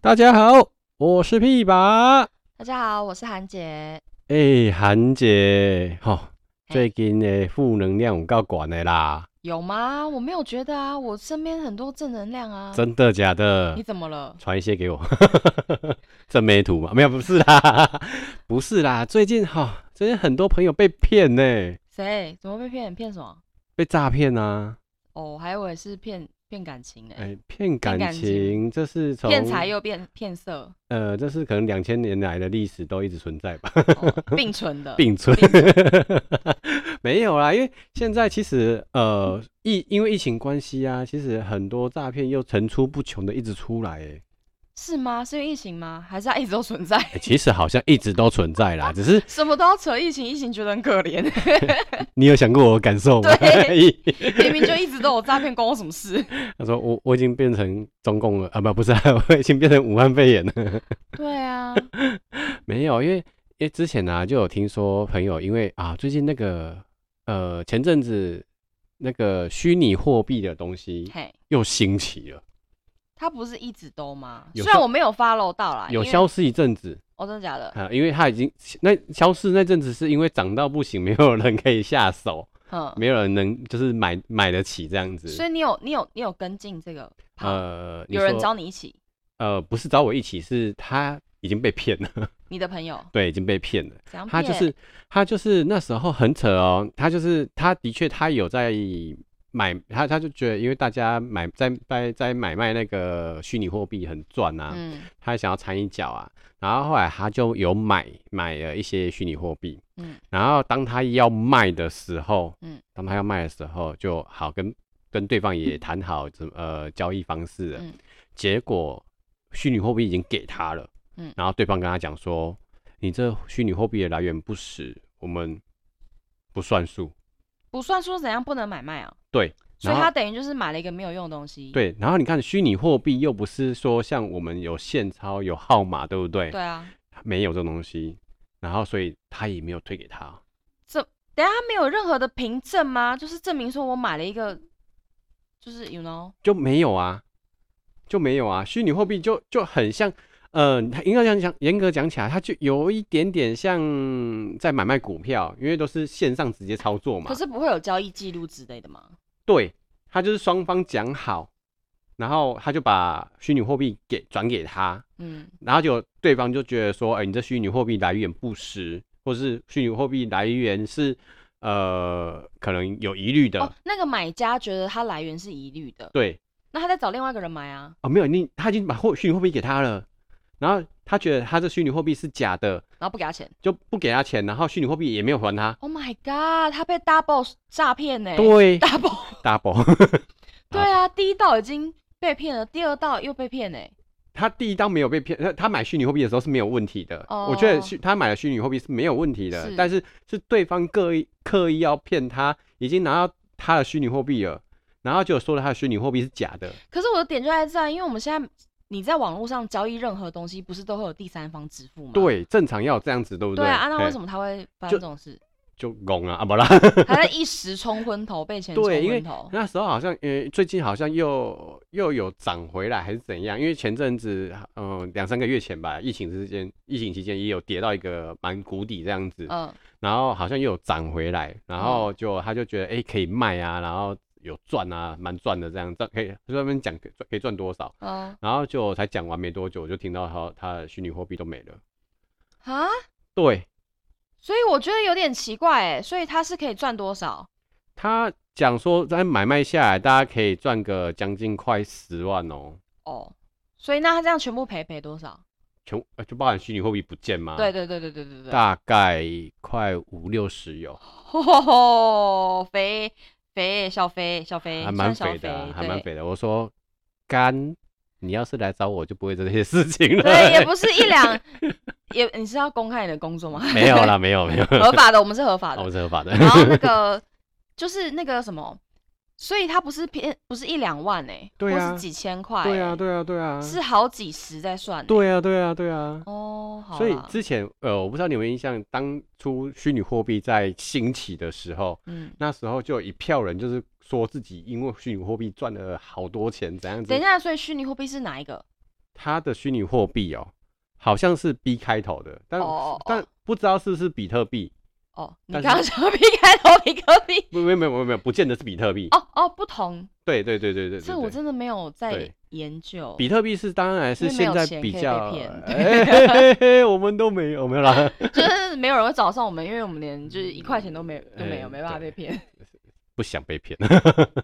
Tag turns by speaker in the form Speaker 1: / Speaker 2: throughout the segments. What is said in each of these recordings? Speaker 1: 大家好，我是屁爸。
Speaker 2: 大家好，我是韩姐。
Speaker 1: 哎、韩姐，吼、
Speaker 2: 嘿
Speaker 1: 最近的负能量有够管的啦，
Speaker 2: 有吗？我没有觉得啊，我身边很多正能量啊。
Speaker 1: 真的假的
Speaker 2: 你？怎么了？
Speaker 1: 传一些给我， 真没图嘛？没有，不是啦， 不是啦。最近哈、最近很多朋友被骗呢，
Speaker 2: 谁？怎么被骗？骗什么？
Speaker 1: 被诈骗啊，
Speaker 2: 哦，我还以为是骗骗感情呢、
Speaker 1: 哎、骗感
Speaker 2: 感
Speaker 1: 情，这是从
Speaker 2: 骗财又骗骗色，
Speaker 1: 呃，这是可能两千年来的历史都一直存在吧。
Speaker 2: 哦并存 的。
Speaker 1: 并存，没有啦，因为现在其实呃疫因为疫情关系啊，其实很多诈骗又层出不穷的一直出来、欸，
Speaker 2: 是吗？是因为疫情吗？还是它一直都存在？
Speaker 1: 欸其实好像一直都存在啦，只是
Speaker 2: 什么都要扯疫情，疫情觉得很可怜，
Speaker 1: 你有想过我的感受吗？
Speaker 2: 明明就一直都有诈骗，关我什么事？
Speaker 1: 他说我我已经变成中共了啊，不不 是啊、我已经变成武汉肺炎了。
Speaker 2: 对 啊，
Speaker 1: 没有，因为因为之前啊就有听说朋友因为啊最近那个呃前阵子那个虚拟货币的东西
Speaker 2: 嘿，
Speaker 1: 又兴起了，
Speaker 2: 他不是一直都吗？
Speaker 1: 有
Speaker 2: 虽然
Speaker 1: 消
Speaker 2: 我没有 follow 到啦，
Speaker 1: 有
Speaker 2: 啊因为
Speaker 1: 消失一阵子。
Speaker 2: 哦，真 的假的？
Speaker 1: 啊，因为它已经那消失那阵子，是因为涨到不行，没有人可以下手，
Speaker 2: 嗯，
Speaker 1: 没有人能就是买买得起这样
Speaker 2: 所
Speaker 1: 子。
Speaker 2: 以你有你有你有跟进这个跑？
Speaker 1: 呃，你
Speaker 2: 有人
Speaker 1: 说
Speaker 2: 找你一起，
Speaker 1: 呃不是找我一起，是他已经被骗了，
Speaker 2: 你的朋友
Speaker 1: 对，已经被骗了。
Speaker 2: 怎样
Speaker 1: 他
Speaker 2: 骗？
Speaker 1: 就是他就是那时候很扯哦，他就是他的确他有在买，他他就觉得因为大家买在在在买卖那个虚拟货币很赚啊，
Speaker 2: 嗯
Speaker 1: 他想要掺一脚啊，然后后来他就有买买了一些虚拟货币，
Speaker 2: 嗯，
Speaker 1: 然后当他要卖的时候，
Speaker 2: 嗯，
Speaker 1: 当他要卖的时候就好跟跟对方也谈好怎么呃交易方式了，
Speaker 2: 嗯
Speaker 1: 结果虚拟货币已经给他了，
Speaker 2: 嗯
Speaker 1: 然后对方跟他讲说，你这虚拟货币的来源不实，我们不算数，
Speaker 2: 不算说怎样不能买卖啊。
Speaker 1: 对，
Speaker 2: 所以
Speaker 1: 然后
Speaker 2: 他等于就是买了一个没有用的东西。
Speaker 1: 对，然后你看虚拟货币又不是说像我们有现钞有号码，对不对？
Speaker 2: 对啊，
Speaker 1: 没有这种东西，然后所以他也没有退给他。
Speaker 2: 等一下他没有任何的凭证吗？就是证明说我买了一个，就是 you know，
Speaker 1: 就没有啊，就没有啊。虚拟货币就就很像，呃，它应该讲讲严格讲起来，它就有一点点像在买卖股票，因为都是线上直接操作嘛
Speaker 2: 可。是不会有交易记录之类的吗？
Speaker 1: 对，它就是双方讲好，然后他就把虚拟货币给转给他，
Speaker 2: 嗯，
Speaker 1: 然后就对方就觉得说，哎、你这虚拟货币来源不实，或是虚拟货币来源是呃可能有疑虑的。
Speaker 2: 哦，那个买家觉得它来源是疑虑的，
Speaker 1: 对，
Speaker 2: 那他再找另外一个人买啊，
Speaker 1: 哦，没有，你他已经把货虚拟货币给他了，然后他觉得他这虚拟货币是假的，
Speaker 2: 然后不给他钱。
Speaker 1: 就不给他钱，然后虚拟货币也没有还他。
Speaker 2: Oh my god，他被 double 诈骗呢、
Speaker 1: 对
Speaker 2: double，
Speaker 1: ，double，
Speaker 2: 对啊，第一道已经被骗了，第二道又被骗呢、
Speaker 1: 他第一刀没有被骗，他他买虚拟货币的时候是没有问题的。我觉得虚他买了虚拟货币是没有问题的，
Speaker 2: 哦是
Speaker 1: 但是是对方刻意刻意要骗他，已经拿到他的虚拟货币了，然后就说了他的虚拟货币是假的。
Speaker 2: 可是我的点就在这啊，因为我们现在你在网络上交易任何东西，不是都会有第三方支付吗？
Speaker 1: 对，正常要有这样子，对不
Speaker 2: 对啊，啊那为
Speaker 1: 么
Speaker 2: 什么他会发生这 种事？
Speaker 1: 就拱啊？啊，不啦，
Speaker 2: 他在一时冲昏头，被钱冲
Speaker 1: 对因为
Speaker 2: 昏头。
Speaker 1: 那时候好像，呃，最近好像又又有涨回来，还是怎样？因为前阵子，嗯、两三个月前吧，疫情之间，疫情期间也有跌到一个蛮谷底这样子，
Speaker 2: 嗯，
Speaker 1: 然后好像又有涨回来，然后就他就觉得，哎、可以卖啊，然后有赚啊，蛮赚的这样，赚可以他专门讲可以赚可以赚多少，
Speaker 2: 嗯
Speaker 1: 然后就才讲完没多久，我就听到他他的虚拟货币都没了，
Speaker 2: 啊，
Speaker 1: 对
Speaker 2: 所以我觉得有点奇怪哎，所以他是可以赚多少？
Speaker 1: 他讲说，在买卖下来，大家可以赚个将近快十万哦、
Speaker 2: 哦，所以那他这样全部赔赔多少？
Speaker 1: 全呃就包含虚拟货币不见吗？
Speaker 2: 对对对对对对
Speaker 1: 啊
Speaker 2: 对，
Speaker 1: 大概快五六十有，
Speaker 2: 吼， 肥肥欸小肥小肥，
Speaker 1: 还蛮
Speaker 2: 哎算
Speaker 1: 肥
Speaker 2: 小
Speaker 1: 的啊、
Speaker 2: 肥，
Speaker 1: 还
Speaker 2: 对
Speaker 1: 蛮。肥的。我说干，你要是来找我，就不会这些事情了。
Speaker 2: 对，也不是一两， 也你是要公开你的工 作吗？
Speaker 1: 没有啦，没有 没有，
Speaker 2: 合法的，我们是合法的
Speaker 1: 我。是合法的。
Speaker 2: 然后那个就是那个什么，所以它不是偏不是一两万哎、
Speaker 1: 对啊
Speaker 2: 或是几千块、欸
Speaker 1: 对啊，，对啊，对啊，
Speaker 2: 是好几十在算、欸，，
Speaker 1: 对啊，对啊，对啊。
Speaker 2: 哦，好啦，
Speaker 1: 所以之前呃，我不知道你有没有印象，当初虚拟货币在兴起的时候，
Speaker 2: 嗯，
Speaker 1: 那时候就有一票人就是说自己因为虚拟货币赚了好多钱，怎样子
Speaker 2: 等一。下，所以虚拟货币是哪一个？
Speaker 1: 它的虚拟货币哦，好像是 B 开头的，但、
Speaker 2: 哦哦
Speaker 1: 但不知道是不是比特币，
Speaker 2: 哦，你
Speaker 1: 但
Speaker 2: 刚刚说 B 开头比特币，
Speaker 1: 没没没没没，不见得是比特币。
Speaker 2: 哦哦，不同，
Speaker 1: 对对对对对对
Speaker 2: 这我
Speaker 1: 对
Speaker 2: 真的没有在
Speaker 1: 对
Speaker 2: 研究。
Speaker 1: 比特币是当然是
Speaker 2: 因为没
Speaker 1: 现
Speaker 2: 有
Speaker 1: 在
Speaker 2: 钱
Speaker 1: 比
Speaker 2: 可以被
Speaker 1: 较，
Speaker 2: 骗
Speaker 1: 哎嘿嘿嘿， 我们都没有没有 啦，
Speaker 2: 就是没有人会找上我们，因为我们连就是一块钱都没都没有，
Speaker 1: 哎
Speaker 2: 没办法
Speaker 1: 对
Speaker 2: 被骗。
Speaker 1: 不想被骗。
Speaker 2: 哦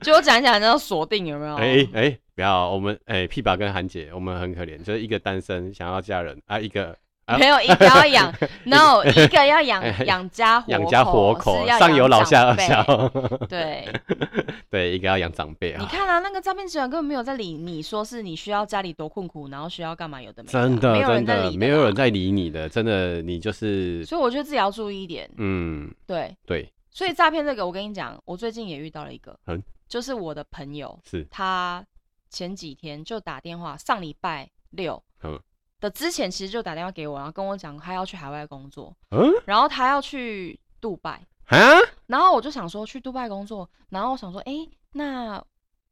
Speaker 2: 就我讲一讲，然后锁定有没有？
Speaker 1: 哎哎，不要，我们哎屁爸跟韩姐，我们很可怜，就是一个单身想要嫁人啊，一个啊
Speaker 2: 没有一个要 养，no，一个要养
Speaker 1: 哎
Speaker 2: 养家活
Speaker 1: 养家活
Speaker 2: 是
Speaker 1: 口，啊
Speaker 2: 要
Speaker 1: 上
Speaker 2: 养
Speaker 1: 有老
Speaker 2: 长
Speaker 1: 下有
Speaker 2: 辈
Speaker 1: 小，
Speaker 2: 对，
Speaker 1: 对，一个要养长辈
Speaker 2: 你
Speaker 1: 啊，
Speaker 2: 看啊，那个诈骗集团根本没有在理你说是你需要家里多困苦，然后需要干嘛，有的没
Speaker 1: 真的
Speaker 2: 没有
Speaker 1: 真
Speaker 2: 人在
Speaker 1: 的
Speaker 2: 理，
Speaker 1: 没有人
Speaker 2: 在。
Speaker 1: 在理你的，真的你就是
Speaker 2: 所以我觉得自己要注意一点，
Speaker 1: 嗯，
Speaker 2: 对。
Speaker 1: 对，
Speaker 2: 所以诈骗这个，我跟你讲，我最近也遇到了一个
Speaker 1: 嗯，
Speaker 2: 就是我的朋友，
Speaker 1: 是
Speaker 2: 他前几天就打电话，上礼拜六
Speaker 1: 嗯
Speaker 2: 的之前其实就打电话给我，然后跟我讲他要去海外工作，
Speaker 1: 嗯
Speaker 2: 然后他要去杜拜，
Speaker 1: 啊，
Speaker 2: 然后我就想说去杜拜工作，然后我想说，诶，那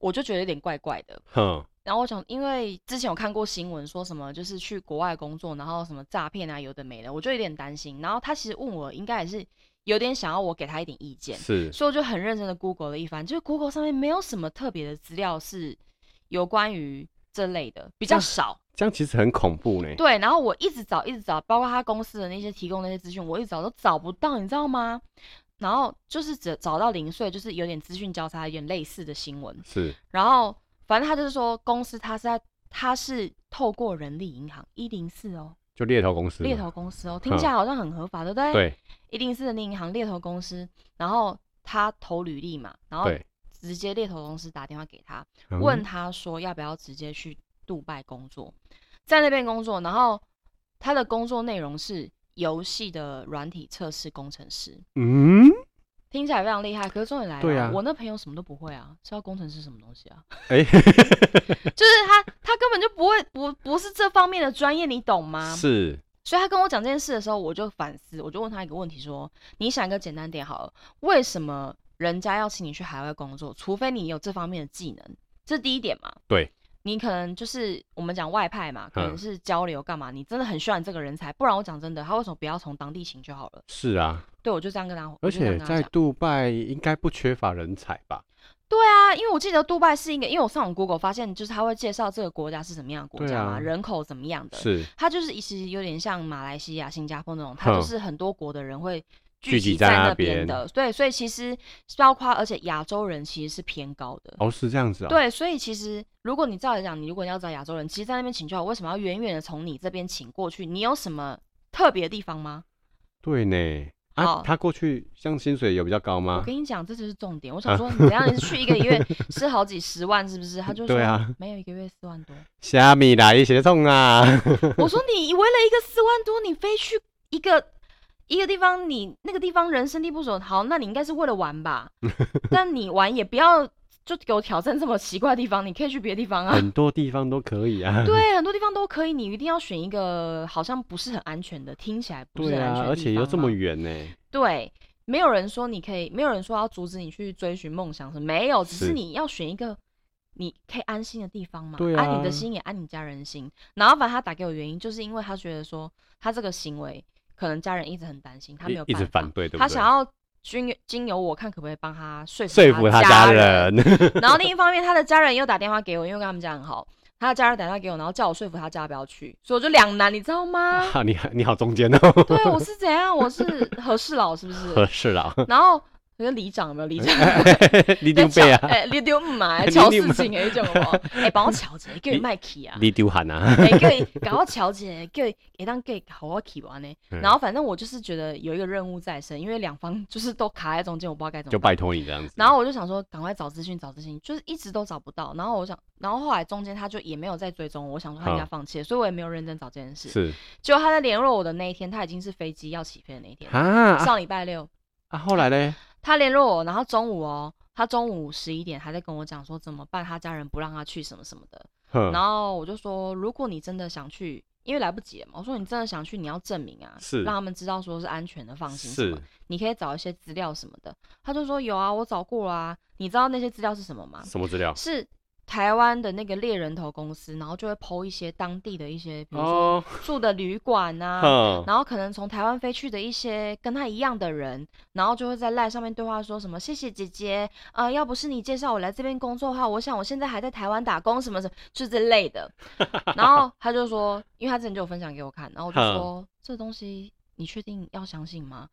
Speaker 2: 我就觉得有点怪怪的。
Speaker 1: 哼，
Speaker 2: 然后我想，因为之前有看过新闻说什么，就是去国外工作，然后什么诈骗啊，有的没的，我就有点担心。然后他其实问我，应该也是有点想要我给他一点意见，
Speaker 1: 是
Speaker 2: 所以我就很认真的 Google 了一番，就是 Google 上面没有什么特别的资料是有关于这类的，比较
Speaker 1: 那
Speaker 2: 少。
Speaker 1: 这样，其实很恐怖呢。
Speaker 2: 对，然后我一直找，一直找，包括他公司的那些提供那些资讯，我一直找都找不到，你知道吗？然后就是只找到零碎，就是有点资讯交叉，有点类似的新闻。
Speaker 1: 是
Speaker 2: 然后反正他就是说，公司他是在他是透过人力银行一零四哦，
Speaker 1: 就猎头公司嘛，
Speaker 2: 猎头公司哦，听起来好像很合法，对不对？，
Speaker 1: 对
Speaker 2: 一零四人力银行猎头公司，然后他投履历嘛，然后
Speaker 1: 对，
Speaker 2: 直接猎头公司打电话给他，
Speaker 1: 嗯
Speaker 2: 问他说要不要直接去杜拜工作，在那边工作，然后他的工作内容是游戏的软体测试工程师，
Speaker 1: 嗯，
Speaker 2: 听起来非常厉害。可是重点来了，
Speaker 1: 对啊
Speaker 2: 我那朋友什么都不会啊，知道工程师什么东西啊？
Speaker 1: 哎，
Speaker 2: 就是他，他根本就不会，不不是这方面的专业，你懂吗？
Speaker 1: 是
Speaker 2: 所以他跟我讲这件事的时候，我就反思，我就问他一个问题说：你想一个简单点好了，为什么人家要请你去海外工作？除非你有这方面的技能，这是第一点嘛？
Speaker 1: 对。嗯
Speaker 2: 你可能就是我们讲外派嘛，可能是交流干嘛？你真的很需要你这个人才，不然我讲真的，他为什么不要从当地请就好了？
Speaker 1: 是啊，
Speaker 2: 对，我就这样跟他，我
Speaker 1: 而
Speaker 2: 就这样
Speaker 1: 且
Speaker 2: 跟他
Speaker 1: 在
Speaker 2: 讲。
Speaker 1: 杜拜应该不缺乏人才吧？
Speaker 2: 对啊，因为我记得杜拜是一个，因为我上网 Google 发现，就是他会介绍这个国家是什么样的国
Speaker 1: 对
Speaker 2: 家
Speaker 1: 啊
Speaker 2: 嘛，人口怎么样的，
Speaker 1: 是
Speaker 2: 它就是其实有点像马来西亚、新加坡那种，它就
Speaker 1: 哼
Speaker 2: 是很多国的人会
Speaker 1: 聚集
Speaker 2: 集
Speaker 1: 在
Speaker 2: 在
Speaker 1: 那
Speaker 2: 那边
Speaker 1: 边
Speaker 2: 的。对，所以其实包括而且亚洲人其实是偏高的。
Speaker 1: 哦，是这样子啊。，
Speaker 2: 对，所以其实如果你照理讲，你如果你要找亚洲人，其实在那边请就好，为什么要远远的从你这边请过去？你有什么特别的地方吗？
Speaker 1: 对呢。啊，
Speaker 2: 好
Speaker 1: 他过去像薪水有比较高
Speaker 2: 我
Speaker 1: 吗？
Speaker 2: 跟你讲，这就是重点。我想说，你怎 样？你是去一个月是好几十万，是不是？他就说
Speaker 1: 对啊
Speaker 2: 没有一个月四万多。
Speaker 1: 虾米来一些痛 啊！
Speaker 2: 我说你为了一个四万多，你非去一个一个地方，你那个地方人生地不熟，好，那你应该是为了 玩吧？但你玩也不要就给我挑战这么奇怪的地方，你可以去别的地 方啊。
Speaker 1: 很多地方都可以 啊。
Speaker 2: 对，很多地方都可以，你一定要选一个好像不是很安全的，听起来不是
Speaker 1: 对
Speaker 2: 很安全
Speaker 1: 啊，
Speaker 2: 的
Speaker 1: 而
Speaker 2: 地
Speaker 1: 且又
Speaker 2: 方
Speaker 1: 这
Speaker 2: 嘛
Speaker 1: 么远呢。
Speaker 2: 对，没有人说你可以，没有人说要阻止你去追寻梦想什么，没有，只
Speaker 1: 是
Speaker 2: 是你要选一个你可以安心的地方嘛，
Speaker 1: 对
Speaker 2: 安你
Speaker 1: 啊
Speaker 2: 的心也安你家人的心。然后反正他打给我原因，就是因为他觉得说他这个行为可能家人一直很担心，他没
Speaker 1: 一
Speaker 2: 有
Speaker 1: 一直
Speaker 2: 办法
Speaker 1: 反对，对不对？
Speaker 2: 他想要经经由我看可不可以帮他说服
Speaker 1: 说服他家
Speaker 2: 人。
Speaker 1: 人，
Speaker 2: 然后另一方面，他的家人又打电话给我，因为我跟他们家很好。他的家人打电话给我，然后叫我说服他家不要去，所以我就两难，你知道吗？
Speaker 1: 哈，啊你你好中间哦，
Speaker 2: 对，我是怎样？我是和事佬，是不是？
Speaker 1: 合适 啦，
Speaker 2: 然后那个里长有没有 里长？
Speaker 1: 你丢背啊，
Speaker 2: 哎， 你丢唔买，
Speaker 1: 你
Speaker 2: 乔
Speaker 1: 丢
Speaker 2: 事
Speaker 1: 唔
Speaker 2: 情诶，种哦，哎，帮我乔一叫伊卖去啊，
Speaker 1: 啊 你丢喊啊，
Speaker 2: 哎，叫伊搞我乔一叫伊会当叫伊好我去玩呢。
Speaker 1: 嗯
Speaker 2: 然后反正我就是觉得有一个任务在身，因为两方就是都卡在中间，我不知道该怎
Speaker 1: 就
Speaker 2: 么
Speaker 1: 拜
Speaker 2: 办。
Speaker 1: 托你这样子。
Speaker 2: 然后我就想说，赶快找资讯，找资讯，就是一直都找不到。然后我想，然后后来中间他就也没有再追踪我，我想说他应该
Speaker 1: 好
Speaker 2: 放弃了，所以我也没有认真找这件事。
Speaker 1: 是
Speaker 2: 结果他在联络我的那一天，他已经是飞机要起飞的那一天，
Speaker 1: 啊啊
Speaker 2: 上礼拜六。
Speaker 1: 啊，后来嘞，
Speaker 2: 他联络我，然后中午哦，他中午十一点还在跟我讲说怎么办，他家人不让他去什么什么的。
Speaker 1: 哼
Speaker 2: 然后我就说，如果你真的想去，因为来不及了嘛，我说你真的想去，你要证明啊，
Speaker 1: 是
Speaker 2: 让他们知道说是安全的，放心什
Speaker 1: 是
Speaker 2: 么。你可以找一些资料什么的。他就说有啊，我找过啊，你知道那些资料是什么吗？
Speaker 1: 哦什么资料？
Speaker 2: 是台湾的那个猎人头公司，然后就会剖一些当地的一些，比如说
Speaker 1: 哦，
Speaker 2: 住的旅馆 啊，
Speaker 1: 哼，
Speaker 2: 然后可能从台湾飞去的一些跟他一样的人，然后就会在赖上面对话，说什么谢谢姐姐，呃，要不是你介绍我来这边工作的话，我想我现在还在台湾打工什么什么，就这类的。然后他就说，因为他之前就有分享给我看，然后我就
Speaker 1: 哼
Speaker 2: 说这东西你确定要相信吗？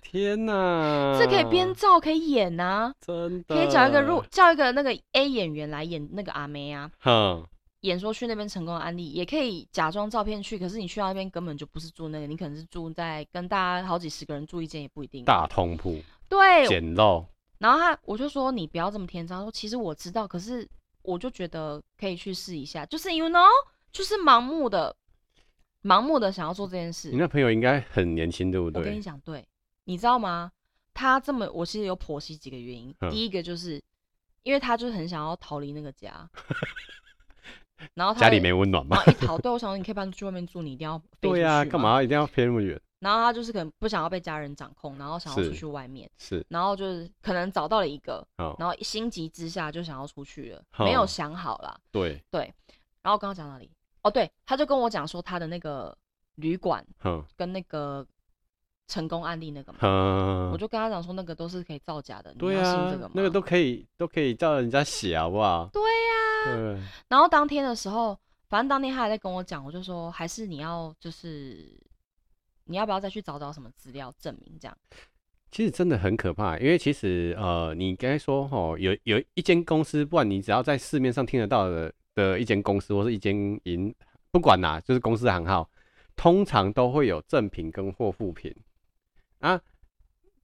Speaker 1: 天哪，
Speaker 2: 这可以编，造，可以演啊，
Speaker 1: 真的
Speaker 2: 可以找一个入叫一个那个 A 演员来演那个阿妹啊。
Speaker 1: 哼，
Speaker 2: 演说去那边成功的案例，也可以假装照片去，可是你去到那边根本就不是住那个，你可能是住在跟大家好几十个人住一间也不一定。
Speaker 1: 大通铺
Speaker 2: 对，
Speaker 1: 简陋，
Speaker 2: 然后他我就说你不要这么天真，他说其实我知道，可是我就觉得可以去试一下，就是 you know，就是盲目的、盲目的想要做这件事
Speaker 1: 你。那朋友应该很年轻，对不
Speaker 2: 我跟你
Speaker 1: 对？
Speaker 2: 讲，对，你知道吗？他这么，我其实有剖析几个原因。
Speaker 1: 嗯
Speaker 2: 第一个就是，因为他就是很想要逃离那 个家，然后他
Speaker 1: 家里
Speaker 2: 也
Speaker 1: 没温暖吗
Speaker 2: 然？哦后一逃，对我想说你可以搬出去外面住，你一定要飞出
Speaker 1: 对啊
Speaker 2: 去
Speaker 1: 呀、
Speaker 2: 嘛
Speaker 1: 干？嘛一定要飞那么远？
Speaker 2: 然后他就是可能不想要被家人掌控，然后想要出
Speaker 1: 是
Speaker 2: 去外面，
Speaker 1: 是，
Speaker 2: 然后就是可能找到了一个，
Speaker 1: 哦，
Speaker 2: 然后一心急之下就想要出去了，没有
Speaker 1: 哦
Speaker 2: 想好啦。
Speaker 1: 对，
Speaker 2: 然后刚刚讲哪里？哦，对，他就跟我讲说他的那个旅馆
Speaker 1: 哼
Speaker 2: 跟那个成功案例那个嘛，我
Speaker 1: 哼，
Speaker 2: 就跟他讲说那个都是可以造假的，你
Speaker 1: 对
Speaker 2: 要信
Speaker 1: 啊
Speaker 2: 这个吗，？
Speaker 1: 那个都可以，都可以叫人家写好不好？
Speaker 2: 对呀、
Speaker 1: 对，
Speaker 2: 然后当天的时候，反正当天他还在跟我讲，我就说还是你要就是你要不要再去找找什么资料证明这样。
Speaker 1: 其实真的很可怕，因为其实呃，你刚才说吼，有有一间公司，不管你只要在市面上听得到的的一间公司或是一间银，不管啦，就是公司的行号，通常都会有正品跟或副品啊。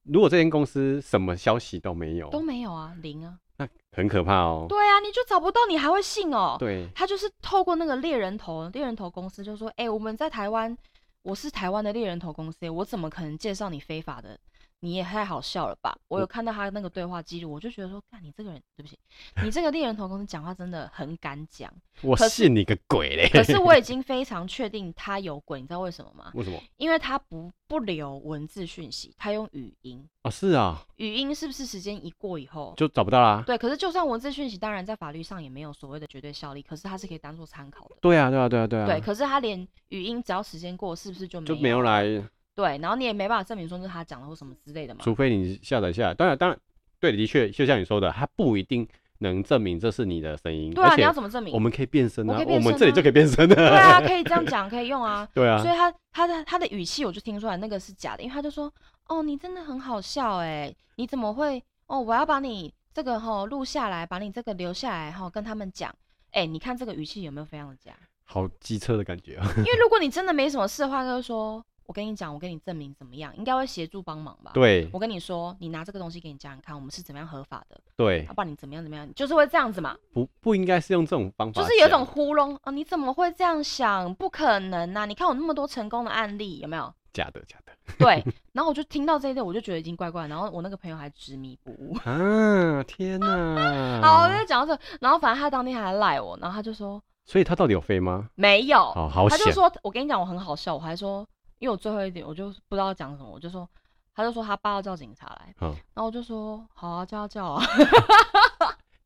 Speaker 1: 如果这间公司什么消息都没有，
Speaker 2: 都没有啊，零啊。
Speaker 1: 那很可怕哦。
Speaker 2: 对啊，你就找不到，你还会信哦？
Speaker 1: 对，
Speaker 2: 他就是透过那个猎人头，猎人头公司就说，哎、我们在台湾，我是台湾的猎人头公司，我怎么可能介绍你非法的？你也太好笑了吧！
Speaker 1: 嗯
Speaker 2: 我有看到他那个对话记录，我就觉得说，干你这个人，对 不起，你这个猎人头公司讲话真的很敢讲。
Speaker 1: 我
Speaker 2: 可是
Speaker 1: 信你个鬼嘞！
Speaker 2: 可是我已经非常确定他有鬼，你知道为什么吗？
Speaker 1: 为什么？
Speaker 2: 因为他不不留文字讯息，他用语音。
Speaker 1: 哦，是啊，
Speaker 2: 语音是不是时间一过以后
Speaker 1: 就找不到啦。
Speaker 2: 对，可是就算文字讯息，当然在法律上也没有所谓的绝对效力，可是它是可以当做参考的。
Speaker 1: 对啊，对啊，对啊，对啊，
Speaker 2: 对，可是它连语音只要时间过，是不是就没
Speaker 1: 就没有
Speaker 2: 了？
Speaker 1: 来，
Speaker 2: 对，然后你也没办法证明说是他讲的或什么之类的嘛。
Speaker 1: 除非你下载下来。当然，当然，对，的确，就像你说的，它不一定能证明这是你的声音，
Speaker 2: 对啊，
Speaker 1: 而
Speaker 2: 你要
Speaker 1: 且
Speaker 2: 怎么证明
Speaker 1: 我？们可以变声
Speaker 2: 我
Speaker 1: 啊，
Speaker 2: 可以
Speaker 1: 我
Speaker 2: 变
Speaker 1: 们
Speaker 2: 声
Speaker 1: 这里
Speaker 2: 啊
Speaker 1: 就可以变声
Speaker 2: 对啊，
Speaker 1: 的。
Speaker 2: 可以这样讲，可以用啊。
Speaker 1: 对
Speaker 2: 所以
Speaker 1: 啊，
Speaker 2: 他他的他的语气我就听出来那个是假的，因为他就说：“哦，你真的很好笑哎、你怎么会？哦，我要把你这个哈、录下来，把你这个留下来哈、跟他们讲。哎、你看这个语气有没有非常的假？
Speaker 1: 好机车的感觉啊。
Speaker 2: 因为如果你真的没什么事的话，他就说：我跟你讲，我跟你证明怎么样，应该会协助帮忙吧。，
Speaker 1: 对
Speaker 2: 我跟你说，你拿这个东西给你家人看，我们是怎么样合法的，
Speaker 1: 对
Speaker 2: 要，不然你怎么样怎么样，就是会这样子嘛。
Speaker 1: 不不应该是用这种方法
Speaker 2: 就
Speaker 1: 讲，
Speaker 2: 是有一种糊弄哦，你怎么会这样想？不可能啊呐、你看我那么多成功的案例，有没有？
Speaker 1: 假的 假的
Speaker 2: 对，然后我就听到这一类，我就觉得已经怪怪的。然后我那个朋友还执迷不悟。
Speaker 1: 啊！天 哪！
Speaker 2: 好，我就讲到这，然后反正他当天还赖我，然后他就说
Speaker 1: 所以他到底有飞吗？
Speaker 2: 没有，
Speaker 1: 好好
Speaker 2: 他就
Speaker 1: 险，
Speaker 2: 说我跟你讲我很好笑，我还说因为我最后一点我就不知道讲什么，我就说他就说他爸要叫警察来，
Speaker 1: 嗯
Speaker 2: 然后我就说好啊叫啊叫啊，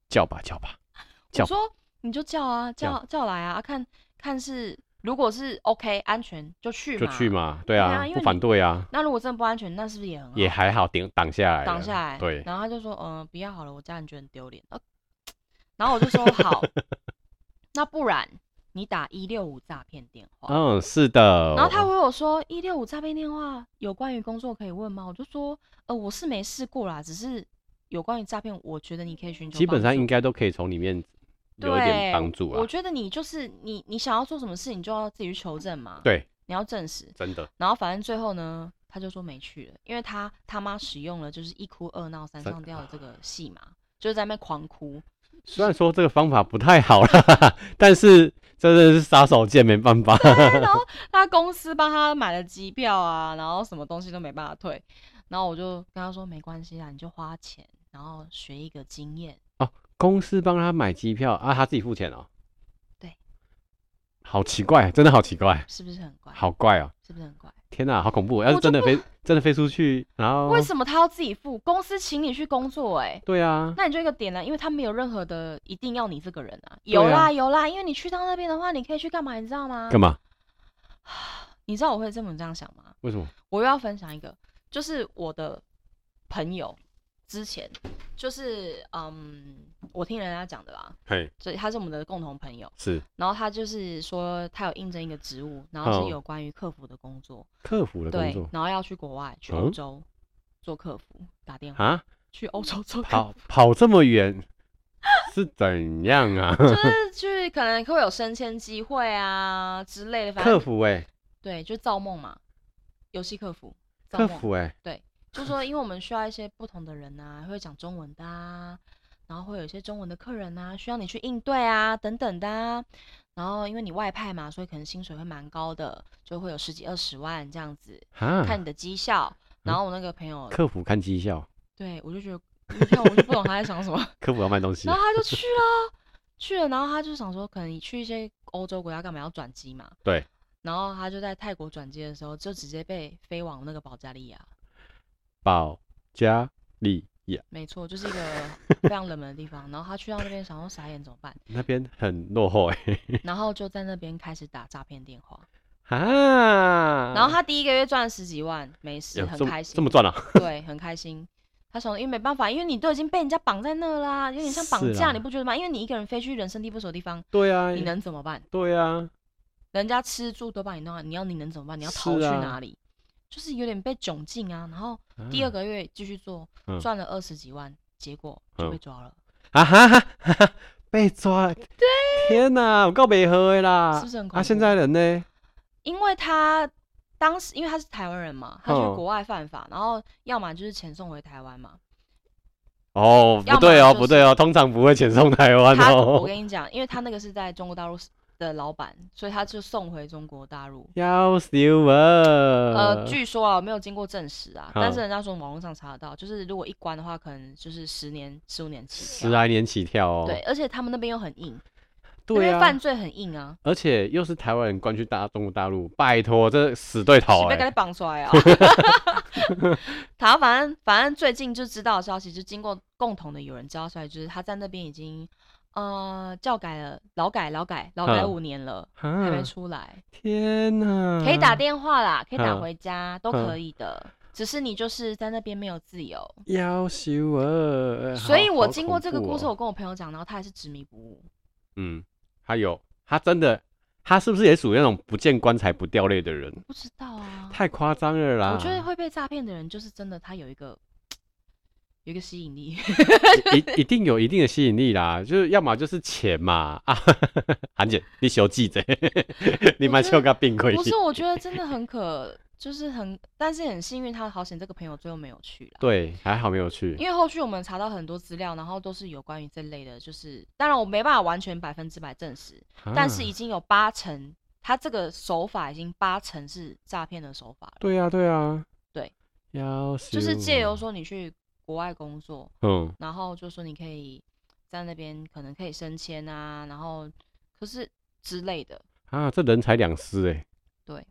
Speaker 1: 叫吧叫吧， 叫
Speaker 2: 我说你就叫啊叫叫来啊，看看是如果是 OK 安全就去
Speaker 1: 就
Speaker 2: 嘛
Speaker 1: 去。嘛，对
Speaker 2: 对
Speaker 1: 啊
Speaker 2: 啊因，为
Speaker 1: 不
Speaker 2: 你
Speaker 1: 反对啊，
Speaker 2: 那如果真的不安全，那是不是也很好？
Speaker 1: 也还好，顶哦挡下来，
Speaker 2: 挡下来，
Speaker 1: 对，
Speaker 2: 然后他就说，嗯、不要好了，我家人觉得很丢脸。呃然后我就说 好，那不然你打一六五诈骗电话。
Speaker 1: 嗯，是的。
Speaker 2: 然后他回我说：“一六五诈骗电话有关于工作可以问吗？”我就说：“呃，我是没试过啦，只是有关于诈骗，我觉得你可以寻求
Speaker 1: 基本上
Speaker 2: 帮助
Speaker 1: 应该都可以从里面有一
Speaker 2: 对
Speaker 1: 点帮助
Speaker 2: 我
Speaker 1: 啊。
Speaker 2: 觉得你就是你，你想要做什么事，你就要自己去求证嘛。，
Speaker 1: 对，
Speaker 2: 你要证实。
Speaker 1: 啊真的，
Speaker 2: 然后反正最后呢，他就说没去了，因为他他妈使用了就是一哭二闹三
Speaker 1: 三
Speaker 2: 上吊的这个戏码，就是在那边狂哭。
Speaker 1: 虽然说这个方法不太好啦， 但是真的是杀手锏，没办 法。
Speaker 2: 他公司帮他买了机票啊，然后什么东西都没办法退，然后我就跟他说没关系啦，你就花钱，然后学一个经验。
Speaker 1: 公司帮他买机票啊，他自己付钱哦。
Speaker 2: 对，
Speaker 1: 好奇怪，真的好奇怪，
Speaker 2: 是不是很怪？
Speaker 1: 好怪哦。
Speaker 2: 是不是很怪？
Speaker 1: 天哪、好恐怖！哦要是
Speaker 2: 我就
Speaker 1: 真的
Speaker 2: 不
Speaker 1: 飞，真的飞出去，然后
Speaker 2: 为什么他要自己付？公司请你去工作、哎，
Speaker 1: 对啊，
Speaker 2: 那你就一个点呢，因为他没有任何的一定要你这个人啊。
Speaker 1: 对啊
Speaker 2: 有啦、有啦，因为你去到那边的话，你可以去干嘛？你知道吗？
Speaker 1: 干嘛？
Speaker 2: 你知道我会这么这样想吗？
Speaker 1: 为什么？
Speaker 2: 我又要分享一个，就是我的朋友之前就是嗯，我听人家讲的啦，
Speaker 1: 嘿，
Speaker 2: 所以他是我们的共同朋友。
Speaker 1: 是
Speaker 2: 然后他就是说他有应征一个职务，然后
Speaker 1: 哦
Speaker 2: 是有关于客服的工作，
Speaker 1: 客服的工
Speaker 2: 对
Speaker 1: 作，
Speaker 2: 然后要去国外去
Speaker 1: 嗯
Speaker 2: 欧洲、做客服，打电话
Speaker 1: 啊？
Speaker 2: 去欧洲做客服，
Speaker 1: 跑跑这么 远是怎样啊？
Speaker 2: 就是去可能会有升迁机会啊之类的，反
Speaker 1: 客
Speaker 2: 正
Speaker 1: 服哎、
Speaker 2: 对，就造梦嘛，游戏客服，造
Speaker 1: 客
Speaker 2: 梦
Speaker 1: 服哎、
Speaker 2: 就说因为我们需要一些不同的人啊，会讲中文的啊，然后会有一些中文的客人啊，需要你去应对啊，等等的啊。然后因为你外派嘛，所以可能薪水会蛮高的，就会有十几二十万这样子，看
Speaker 1: 啊，
Speaker 2: 你的绩效。然后我那个朋友，
Speaker 1: 客服看绩效，
Speaker 2: 对我就觉得，你看我就不懂他在想什么。
Speaker 1: 客服要卖东西
Speaker 2: 然，后他就去了，去了，然后他就想说，可能你去一些欧洲国家干嘛要转机嘛？
Speaker 1: 对。
Speaker 2: 然后他就在泰国转机的时候，就直接被飞往那个保加利亚。
Speaker 1: 保加利亚
Speaker 2: 没错，就是一 个非常冷门的地方。然后他去到那边，想说傻眼怎么办？
Speaker 1: 那边很落 后哎、
Speaker 2: 然后就在那边开始打诈骗电话。
Speaker 1: 啊，
Speaker 2: 然后他第一个月赚了十几万，没事，
Speaker 1: 有
Speaker 2: 很
Speaker 1: 这么
Speaker 2: 开心。
Speaker 1: 这么赚啊？
Speaker 2: 对，很开心。他想，因为没办法，因为你都已经被人家绑在那啦，有点像绑
Speaker 1: 是啊
Speaker 2: 架，
Speaker 1: 啦
Speaker 2: 你不觉得吗？因为你一个人飞去人生地不熟的地方，
Speaker 1: 对啊，
Speaker 2: 你能怎么办？
Speaker 1: 对啊，
Speaker 2: 人家吃住都帮你弄好，你要你能怎么办？你要逃
Speaker 1: 是
Speaker 2: 去
Speaker 1: 啊
Speaker 2: 哪里？就是有点被窘境啊。然后第二
Speaker 1: 个
Speaker 2: 个月继续做
Speaker 1: 嗯，
Speaker 2: 赚了二十几万，结果就被抓了，
Speaker 1: 啊哈哈哈哈，被抓了，对，天哪，我告北河的啦，
Speaker 2: 是不是很恐怖？
Speaker 1: 啊，现在人呢？
Speaker 2: 因为他当时因为他是台湾人嘛，他去
Speaker 1: 哦
Speaker 2: 国外犯法，然后要么就是钱送回台湾嘛。
Speaker 1: 哦，
Speaker 2: 要
Speaker 1: 不对
Speaker 2: 么
Speaker 1: 哦，
Speaker 2: 就
Speaker 1: 不对哦，通常不会遣送台湾
Speaker 2: 他我
Speaker 1: 哦。
Speaker 2: 跟你讲，因为他那个是在中国大陆的老板，所以他就送回中国大陆。
Speaker 1: 要死我！呃
Speaker 2: 呃，据说啊，没有经过证实啊，
Speaker 1: 嗯
Speaker 2: 但是人家说网络上查得到，就是如果一关的话，可能就是十年、十五年起
Speaker 1: 十
Speaker 2: 跳。
Speaker 1: 来年起跳哦。
Speaker 2: 对，而且他们那边又很硬，那
Speaker 1: 对
Speaker 2: 边
Speaker 1: 啊
Speaker 2: 犯，罪很硬啊，
Speaker 1: 而且又是台湾人关去大中国大陆，拜托，这死对头
Speaker 2: 是被
Speaker 1: 哎、
Speaker 2: 给他绑出 来啊。 然后反正反正最近就知道的消息，就经过共同的有人知道出来，就是他在那边已经呃教改了，劳改劳改劳改
Speaker 1: 嗯
Speaker 2: 五年了，还
Speaker 1: 啊
Speaker 2: 没！出来，
Speaker 1: 天哪！
Speaker 2: 可以打电话啦，可以打
Speaker 1: 嗯
Speaker 2: 回家，都可以的。只是你就是在那边没有自由，
Speaker 1: 要死我！
Speaker 2: 所以
Speaker 1: 好
Speaker 2: 我
Speaker 1: 好
Speaker 2: 经过
Speaker 1: 恐
Speaker 2: 这个
Speaker 1: 怖
Speaker 2: 故事，
Speaker 1: 哦
Speaker 2: 我跟我朋友讲，然后他还是执迷不悟。
Speaker 1: 嗯，他有，他真的，他是不是也属于那种不见棺材不掉泪的人？
Speaker 2: 不知道啊，
Speaker 1: 太夸张了啦！
Speaker 2: 我觉得会被诈骗的人，就是真的他有一个有一个吸引力。
Speaker 1: 一一定有一定的吸引力啦，就是要么就是钱嘛啊， 韩姐，你小记 者，你蛮像个病鬼
Speaker 2: 不。是，我觉得真的很可，就是很，但是很幸运，他好险这个朋友最后没有去了。
Speaker 1: 对，还好没有去。
Speaker 2: 因为后续我们查到很多资料，然后都是有关于这类的，就是当然我没办法完全百分之百证实，但是
Speaker 1: 啊
Speaker 2: 已经有八成，他这个手法已经八成是诈骗的手法了，
Speaker 1: 对啊，对啊，
Speaker 2: 对，
Speaker 1: 要
Speaker 2: 就是借由
Speaker 1: 由
Speaker 2: 说你去国外工作，
Speaker 1: 嗯，
Speaker 2: 然后就说你可以在那边可能可以升迁啊，然后可是之类的，
Speaker 1: 啊，这人财两失哎，
Speaker 2: 对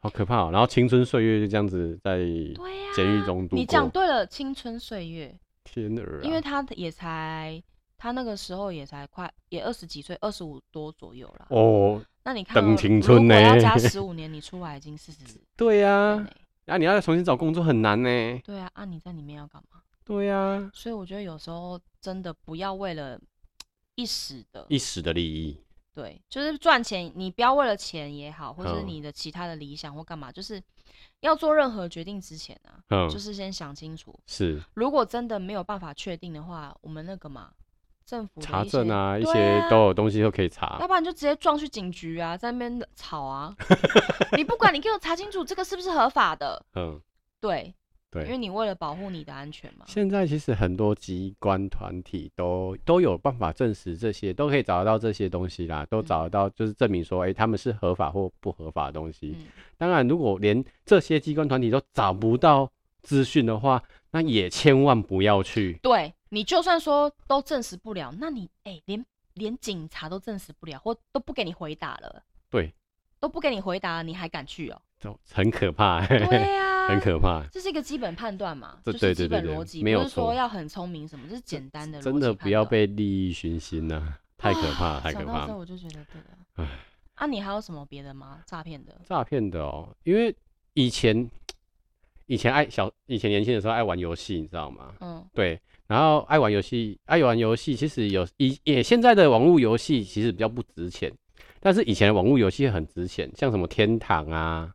Speaker 1: 好可怕、哦。然后青春岁月就这样子在
Speaker 2: 对呀、
Speaker 1: 监狱中度
Speaker 2: 你
Speaker 1: 过
Speaker 2: 讲对了，青春岁月，
Speaker 1: 天儿、啊，
Speaker 2: 因为他也才他那个时候也才快也二十几岁，二十五多左右啦。
Speaker 1: 哦，
Speaker 2: 那你看
Speaker 1: 等
Speaker 2: 哦，
Speaker 1: 青春
Speaker 2: 如果要
Speaker 1: 呢
Speaker 2: 加十五年，你出来已经四十
Speaker 1: 对呀、
Speaker 2: 了
Speaker 1: 啊
Speaker 2: 呢。，
Speaker 1: 然、后你要再重新找工作很难呢。
Speaker 2: 对啊，啊你在里面要干嘛？
Speaker 1: 对呀、啊，
Speaker 2: 所以我觉得有时候真的不要为了一时的，
Speaker 1: 一时的利益，
Speaker 2: 对，就是赚钱，你不要为了钱也好，或是
Speaker 1: 嗯
Speaker 2: 你的其他的理想或干嘛，就是要做任何决定之前啊，
Speaker 1: 嗯，
Speaker 2: 就是先想清楚。
Speaker 1: 是
Speaker 2: 如果真的没有办法确定的话，我们那个嘛，政府的
Speaker 1: 查
Speaker 2: 一
Speaker 1: 证
Speaker 2: 些
Speaker 1: 啊，一
Speaker 2: 对
Speaker 1: 些
Speaker 2: 啊
Speaker 1: 都有东西都可以查
Speaker 2: 要。不然就直接撞去警局啊，在那边吵啊。 你不管，你给我查清楚这个是不是合法的。
Speaker 1: 嗯，
Speaker 2: 对，因为
Speaker 1: 对。
Speaker 2: 你为了保护你的安全嘛。
Speaker 1: 现在其实很多机关团体都都有办法证实这些，都可以找得到这些东西啦，都找得到，就是证明说，哎、他们是合法或不合法的东西。
Speaker 2: 嗯，
Speaker 1: 当然，如果连这些机关团体都找不到资讯的话，那也千万不要去。
Speaker 2: 对你就算说都证实不了，那你哎、连连警察都证实不了，或都不给你回答了，
Speaker 1: 对，
Speaker 2: 都不给你回答了，你还敢去哦、
Speaker 1: 都很可怕、
Speaker 2: 对呀、
Speaker 1: 很可怕。
Speaker 2: 这是一个基本判断嘛，
Speaker 1: 这
Speaker 2: 就是
Speaker 1: 对
Speaker 2: 基
Speaker 1: 对
Speaker 2: 本
Speaker 1: 对对
Speaker 2: 逻辑，
Speaker 1: 没有
Speaker 2: 不是说
Speaker 1: 错
Speaker 2: 要很聪明什么，这是简单的逻辑
Speaker 1: 真的不要
Speaker 2: 判断
Speaker 1: 被
Speaker 2: 啊
Speaker 1: 利益熏心呐、太可怕，太可
Speaker 2: 想到
Speaker 1: 怕
Speaker 2: 这。我就觉得对了
Speaker 1: 唉。
Speaker 2: 啊，你还有什么别的吗？诈骗的？
Speaker 1: 诈骗的哦，因为以前以前爱小以前年轻的时候爱玩游戏，你知道吗？
Speaker 2: 嗯，
Speaker 1: 对，然后爱玩游戏，爱玩游戏，其实有以也现在的网络游戏其实比较不值钱，但是以前的网络游戏很值钱，像什么天堂啊，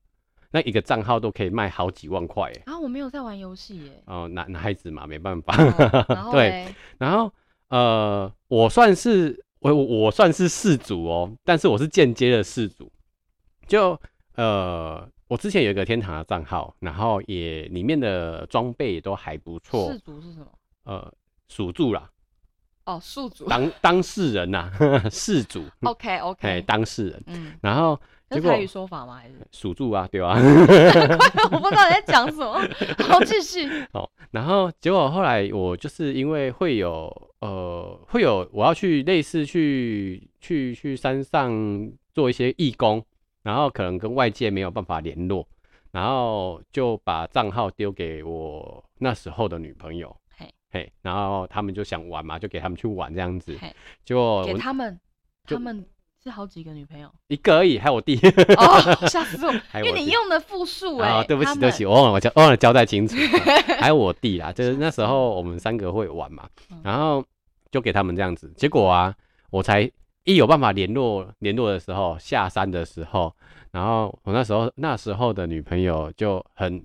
Speaker 1: 那一个账号都可以卖好几万块耶。。
Speaker 2: 啊，我没有在玩游戏耶
Speaker 1: 哦，男男孩子嘛，没办法。
Speaker 2: 哦然后
Speaker 1: 对
Speaker 2: 嘞，
Speaker 1: 然后呃，我算是我我我算是事主哦，但是我是间接的事主。就呃，我之前有一个天堂的账号，然后也里面的装备也都还不错
Speaker 2: 氏，族是什么？
Speaker 1: 呃，属住啦，
Speaker 2: 哦，宿主。
Speaker 1: 当当事人呐、 啊，事主，
Speaker 2: OK
Speaker 1: 哎，
Speaker 2: OK。
Speaker 1: 当事人。
Speaker 2: 嗯，
Speaker 1: 然后
Speaker 2: 这
Speaker 1: 结
Speaker 2: 是
Speaker 1: 果
Speaker 2: 台语说法吗？还是？
Speaker 1: 属住啊，对吧、
Speaker 2: 我不知道你在讲 什么。好，继续。
Speaker 1: 好，然后结果后来我就是因为会有呃会有我要去类似去去去山上做一些义工，然后可能跟外界没有办法联络，然后就把账号丢给我那时候的女朋友，
Speaker 2: 嘿，
Speaker 1: 嘿，然后他们就想玩嘛，就给他们去玩这样子，
Speaker 2: 嘿，
Speaker 1: 结果
Speaker 2: 给
Speaker 1: 呃我
Speaker 2: 他们，
Speaker 1: 就
Speaker 2: 他们是好几个女 朋友。
Speaker 1: 一个而已，还有我弟，
Speaker 2: 哦，吓死我！
Speaker 1: 还
Speaker 2: 因
Speaker 1: 有
Speaker 2: 为
Speaker 1: 哎我
Speaker 2: 你
Speaker 1: 弟
Speaker 2: 用的复数
Speaker 1: 啊、
Speaker 2: 哎，
Speaker 1: 对不
Speaker 2: 他
Speaker 1: 起，对不
Speaker 2: 们
Speaker 1: 起，我忘了我交忘了交代 清楚。还有我弟啦，就是那时候我们三个会玩嘛
Speaker 2: 嗯，
Speaker 1: 然后就给他们这样子。结果啊，我才一有办法联络联络的时候，下山的时候，然后我那时候那时候的女朋友就很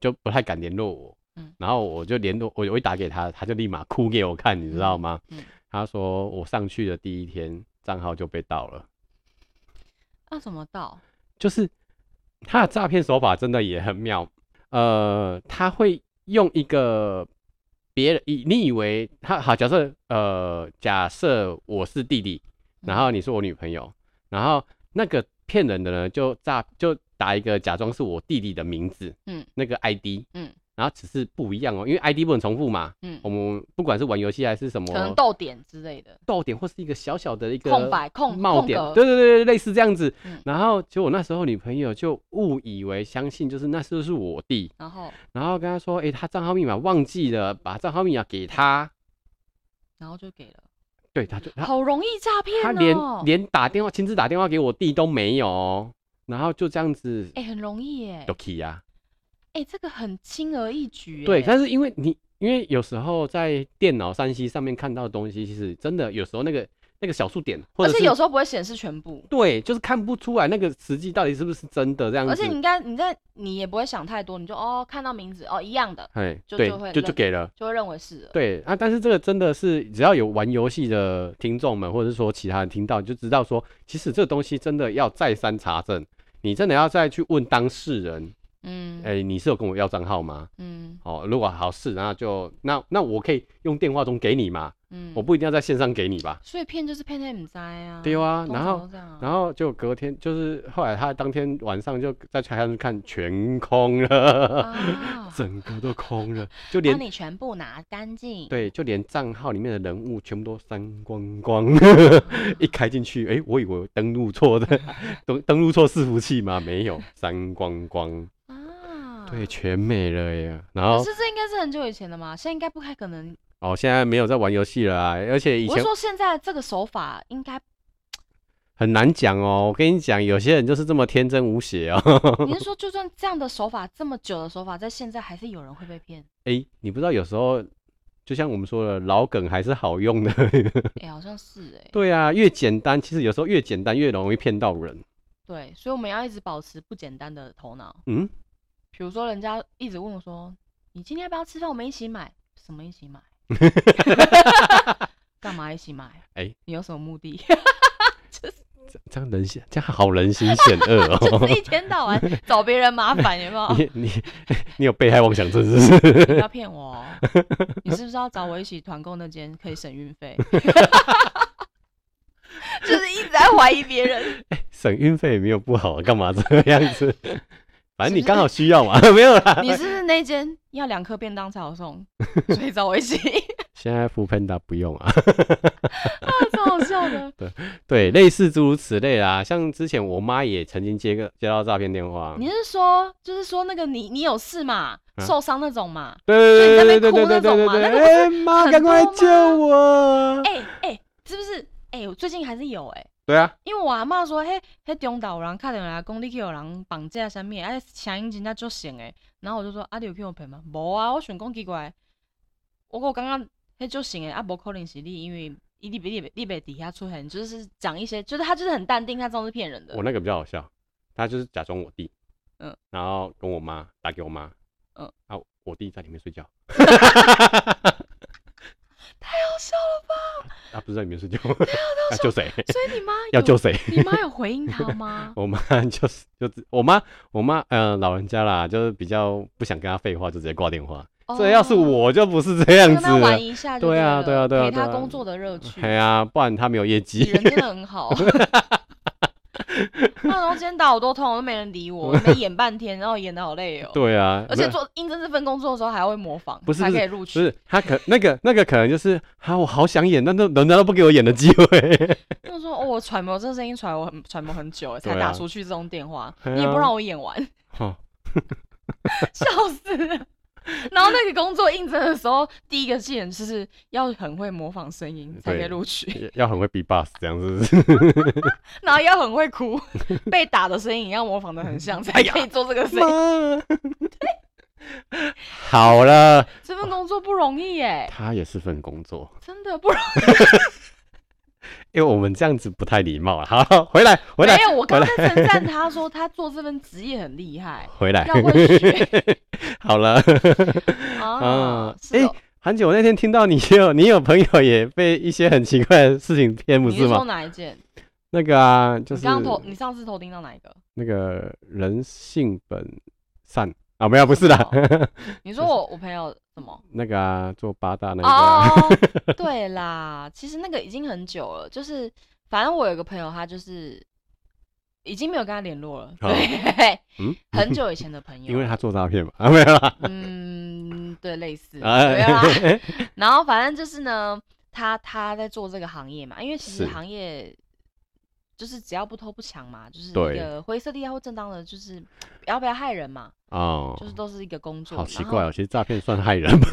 Speaker 1: 就不太敢联络我
Speaker 2: 嗯。
Speaker 1: 然后我就联络我，我一打给他，他就立马哭给我看，你知道吗？
Speaker 2: 嗯嗯
Speaker 1: 他说我上去的第一天账号就被盗了，
Speaker 2: 那怎啊么到？
Speaker 1: 就是他的诈骗手法真的也很妙。呃，他会用一个别人，以你以为他好，假设呃，假设我是弟弟，
Speaker 2: 嗯
Speaker 1: 然后你是我女朋友，然后那个骗人的呢，就诈就打一个假装是我弟弟的名字，
Speaker 2: 嗯，
Speaker 1: 那个 ID，
Speaker 2: 嗯，
Speaker 1: 然后只是不一样哦，因为 ID 不能重复嘛。
Speaker 2: 嗯
Speaker 1: 我，们不管是玩游戏还是什
Speaker 2: 可能
Speaker 1: 么
Speaker 2: 逗点之类的，
Speaker 1: 逗点，或是一个小小的一个
Speaker 2: 空白空
Speaker 1: 冒
Speaker 2: 空
Speaker 1: 点，
Speaker 2: 格。
Speaker 1: 对对对，对类似这样子。
Speaker 2: 嗯
Speaker 1: 然后结果那时候女朋友就误以为相信就是那是不是我弟，
Speaker 2: 然后，
Speaker 1: 然后跟他说，诶，他账号密码忘记了，把账号密码给他。
Speaker 2: 然后就给了，
Speaker 1: 对，他就他
Speaker 2: 好容易诈骗
Speaker 1: 他连
Speaker 2: 哦。
Speaker 1: 连打电话亲自打电话给我弟都没有哦，然后就这样子
Speaker 2: 哎、很容易耶！
Speaker 1: 就 k 啊。
Speaker 2: 哎、这个很轻而易举耶。
Speaker 1: 对，但是因为你因为有时候在电脑三 C 上面看到的东西，其实真的有时候那个那个小数点或
Speaker 2: 而
Speaker 1: 者
Speaker 2: 且
Speaker 1: 是
Speaker 2: 有时候不会显示全部，
Speaker 1: 对，就是看不出来那个实际到底是不是真的这样子。
Speaker 2: 而且你应该你在你也不会想太多，你就哦看到名字哦一样的，
Speaker 1: 哎，
Speaker 2: 就
Speaker 1: 对
Speaker 2: 就会，
Speaker 1: 就就
Speaker 2: 认
Speaker 1: 给了。
Speaker 2: 就会认为是了。
Speaker 1: 对啊，但是这个真的是，只要有玩游戏的听众们，或者是说其他人听到，你就知道说，其实这个东西真的要再三查证，你真的要再去问当事人，
Speaker 2: 嗯、
Speaker 1: 哎、你是有跟我要账号吗？
Speaker 2: 嗯
Speaker 1: 哦，如果好是，那就那那我可以用电话中给你嘛，
Speaker 2: 嗯，
Speaker 1: 我不一定要在线上给你吧。
Speaker 2: 所以骗就是骗在你灾啊。
Speaker 1: 对啊
Speaker 2: 通
Speaker 1: 然
Speaker 2: 常
Speaker 1: 后
Speaker 2: 都这样啊
Speaker 1: 然后就隔天，就是后来他当天晚上就在台上看全空了，
Speaker 2: 啊，
Speaker 1: 整个都空了，就连
Speaker 2: 帮你全部拿干净。
Speaker 1: 对，就连账号里面的人物全部都删光光。 一开进去，哎、我以为我登录错的， 登登录错伺服器吗？没有，删光光，
Speaker 2: 啊，
Speaker 1: 对，。全没了耶。然
Speaker 2: 可
Speaker 1: 后
Speaker 2: 是这应该是很久以前的嘛，现在应该不太可能。
Speaker 1: 哦，现在没有在玩游戏了啊，而且以
Speaker 2: 我
Speaker 1: 前
Speaker 2: 是说现在这个手法 应该，
Speaker 1: 很难讲哦。我跟你讲，有些人就是这么天真无邪哦。
Speaker 2: 你是说就算这样的手法这么久的手法，在现在还是有人会被 骗？
Speaker 1: 哎、你不知道有时候，就像我们说的，老梗还是好用的。
Speaker 2: 哎、好像是哎、
Speaker 1: 对啊，越简单，其实有时候越简单越容易骗到人。
Speaker 2: 对，所以我们要一直保持不简单的头脑。
Speaker 1: 嗯，
Speaker 2: 比如说，人家一直问我说：“你今天要不要吃饭？我们一起买。”什么一起 买？干嘛一起买？
Speaker 1: 哎
Speaker 2: 你有什么目的？
Speaker 1: 这样人心，这样好人心险恶
Speaker 2: 就
Speaker 1: 哦
Speaker 2: 是。一天到晚找别人麻烦，有没有？
Speaker 1: 你 你你有被害妄想症是不是？
Speaker 2: 你不要骗我哦！你是不是要找我一起团购那间可以省运费？ 就是一直在怀疑 别人。
Speaker 1: 省运费也没有不好，啊，干嘛这样子？反正
Speaker 2: 是不是
Speaker 1: 你刚好需要嘛， 没有啦。
Speaker 2: 你是不是那间要两颗便当才好送，所 以找我一起？
Speaker 1: 现在 f o o Panda 不用啊，
Speaker 2: 超好笑的。
Speaker 1: 对，类似诸如此类啦。像之前我妈也曾经接个接到诈骗电话，
Speaker 2: 你是说，就是说那个你你有事嘛，
Speaker 1: 啊
Speaker 2: 受伤那种嘛？
Speaker 1: 对对对对
Speaker 2: 就
Speaker 1: 对
Speaker 2: 你在那边哭那
Speaker 1: 对对对对，
Speaker 2: 种嘛那个不是
Speaker 1: 哎妈，
Speaker 2: 很
Speaker 1: 赶快来
Speaker 2: 多
Speaker 1: 救
Speaker 2: 吗
Speaker 1: 我！
Speaker 2: 哎哎、是不是？哎、我最近还是有哎、
Speaker 1: 对啊，
Speaker 2: 因为我阿嬷说，嘿，嘿，中岛有人打电话来讲你去有人绑架啥物，哎，声音真正足像诶。然后我就说，啊，你有去互骗吗？无啊，我想讲奇怪，我我刚刚嘿足像诶，啊，无可能是你，因为伊你你你袂底下出现，就是讲一些，就是他就是很淡定，他这种是骗人的
Speaker 1: 我。那个比较好笑，他就是假装我弟，
Speaker 2: 嗯，
Speaker 1: 然后跟我妈打给我妈，
Speaker 2: 嗯，
Speaker 1: 啊，我弟在里面睡 觉，
Speaker 2: 太好笑了吧？
Speaker 1: 他不是在里面睡觉， 要救 谁？
Speaker 2: 所以你妈
Speaker 1: 要
Speaker 2: 有
Speaker 1: 救谁？
Speaker 2: 你妈有回应他吗？
Speaker 1: 我妈就是就是我妈，我妈呃老人家啦，就是比较不想跟他废话，就直接挂电话。 这要是
Speaker 2: 哦
Speaker 1: 我就不是这样
Speaker 2: 跟
Speaker 1: 子
Speaker 2: 他
Speaker 1: 了
Speaker 2: 玩，一下就
Speaker 1: 对啊
Speaker 2: 了
Speaker 1: 对啊对啊
Speaker 2: 陪
Speaker 1: 对
Speaker 2: 他
Speaker 1: 啊
Speaker 2: 工作的乐趣。
Speaker 1: 哎呀，不然他没有业
Speaker 2: 你
Speaker 1: 绩。
Speaker 2: 人真的 很好。那时候今天打好多通，我都没人理我，没演半天，然后演的好累哦。
Speaker 1: 对啊，不
Speaker 2: 而且
Speaker 1: 是
Speaker 2: 做应征这份工作的时候还会模仿，
Speaker 1: 不是
Speaker 2: 才
Speaker 1: 不
Speaker 2: 可以录
Speaker 1: 不
Speaker 2: 取。
Speaker 1: 是他可那个那个可能就是啊，我好想演，但那人家都不给我演的机会。
Speaker 2: 就说哦，我揣摩这声音揣摩很揣摩很久，欸才
Speaker 1: 对啊
Speaker 2: 打出去这种电话，
Speaker 1: 哎
Speaker 2: 你也不
Speaker 1: 呀
Speaker 2: 让我演完，,
Speaker 1: 哦
Speaker 2: 笑死了。然后那个工作应征的时候，第一个技能就是要很会模仿声音才可以
Speaker 1: 对
Speaker 2: 录取。
Speaker 1: 要要很会 B boss 这样是不是？
Speaker 2: 然后要很会哭，被打的声音也要模仿的 很像，才可以做这个声音。
Speaker 1: 妈， 好了，
Speaker 2: 这份工作不容易耶，
Speaker 1: 他也是份工作，
Speaker 2: 真的不容
Speaker 1: 因为我们这样子不太礼貌。啊好，回来
Speaker 2: 易。
Speaker 1: 回来，
Speaker 2: 没有，我刚才称赞他说他做这份职业很厉害
Speaker 1: 回来
Speaker 2: 要，会 学
Speaker 1: 好了。
Speaker 2: 啊
Speaker 1: 啊。
Speaker 2: 是哦，
Speaker 1: 韩姐，我那天听到你也有 你有朋友也被一些很奇怪的事情骗，不
Speaker 2: 你
Speaker 1: 是
Speaker 2: 是说
Speaker 1: 吗？
Speaker 2: 哪一件？
Speaker 1: 那个啊，就
Speaker 2: 你
Speaker 1: 是
Speaker 2: 刚刚头，你上次头听到哪一个？
Speaker 1: 那个人性本善啊，没有，不是的，
Speaker 2: 哦你说我我朋友什么？
Speaker 1: 那个啊，做八大那个啊、
Speaker 2: 哦， 对啦，其实那个已经很久了，就是反正我有个朋友，他就是已经没有跟他联络了，
Speaker 1: 哦
Speaker 2: 对，
Speaker 1: 嗯，
Speaker 2: 很久以前的朋友了，
Speaker 1: 因为他做诈骗嘛，啊，没有啦，
Speaker 2: 嗯，对，类似，
Speaker 1: 啊
Speaker 2: 对啊。然后反正就是呢，他他在做这个行业嘛，因为其实
Speaker 1: 是
Speaker 2: 行业就是只要不偷不抢嘛，就是
Speaker 1: 对
Speaker 2: 一个灰色地带或正当的，就是不要不要害人嘛，
Speaker 1: 哦，
Speaker 2: 就是都是一个工作。
Speaker 1: 好奇
Speaker 2: 然
Speaker 1: 怪
Speaker 2: 后
Speaker 1: 哦，其实诈骗算害人吧？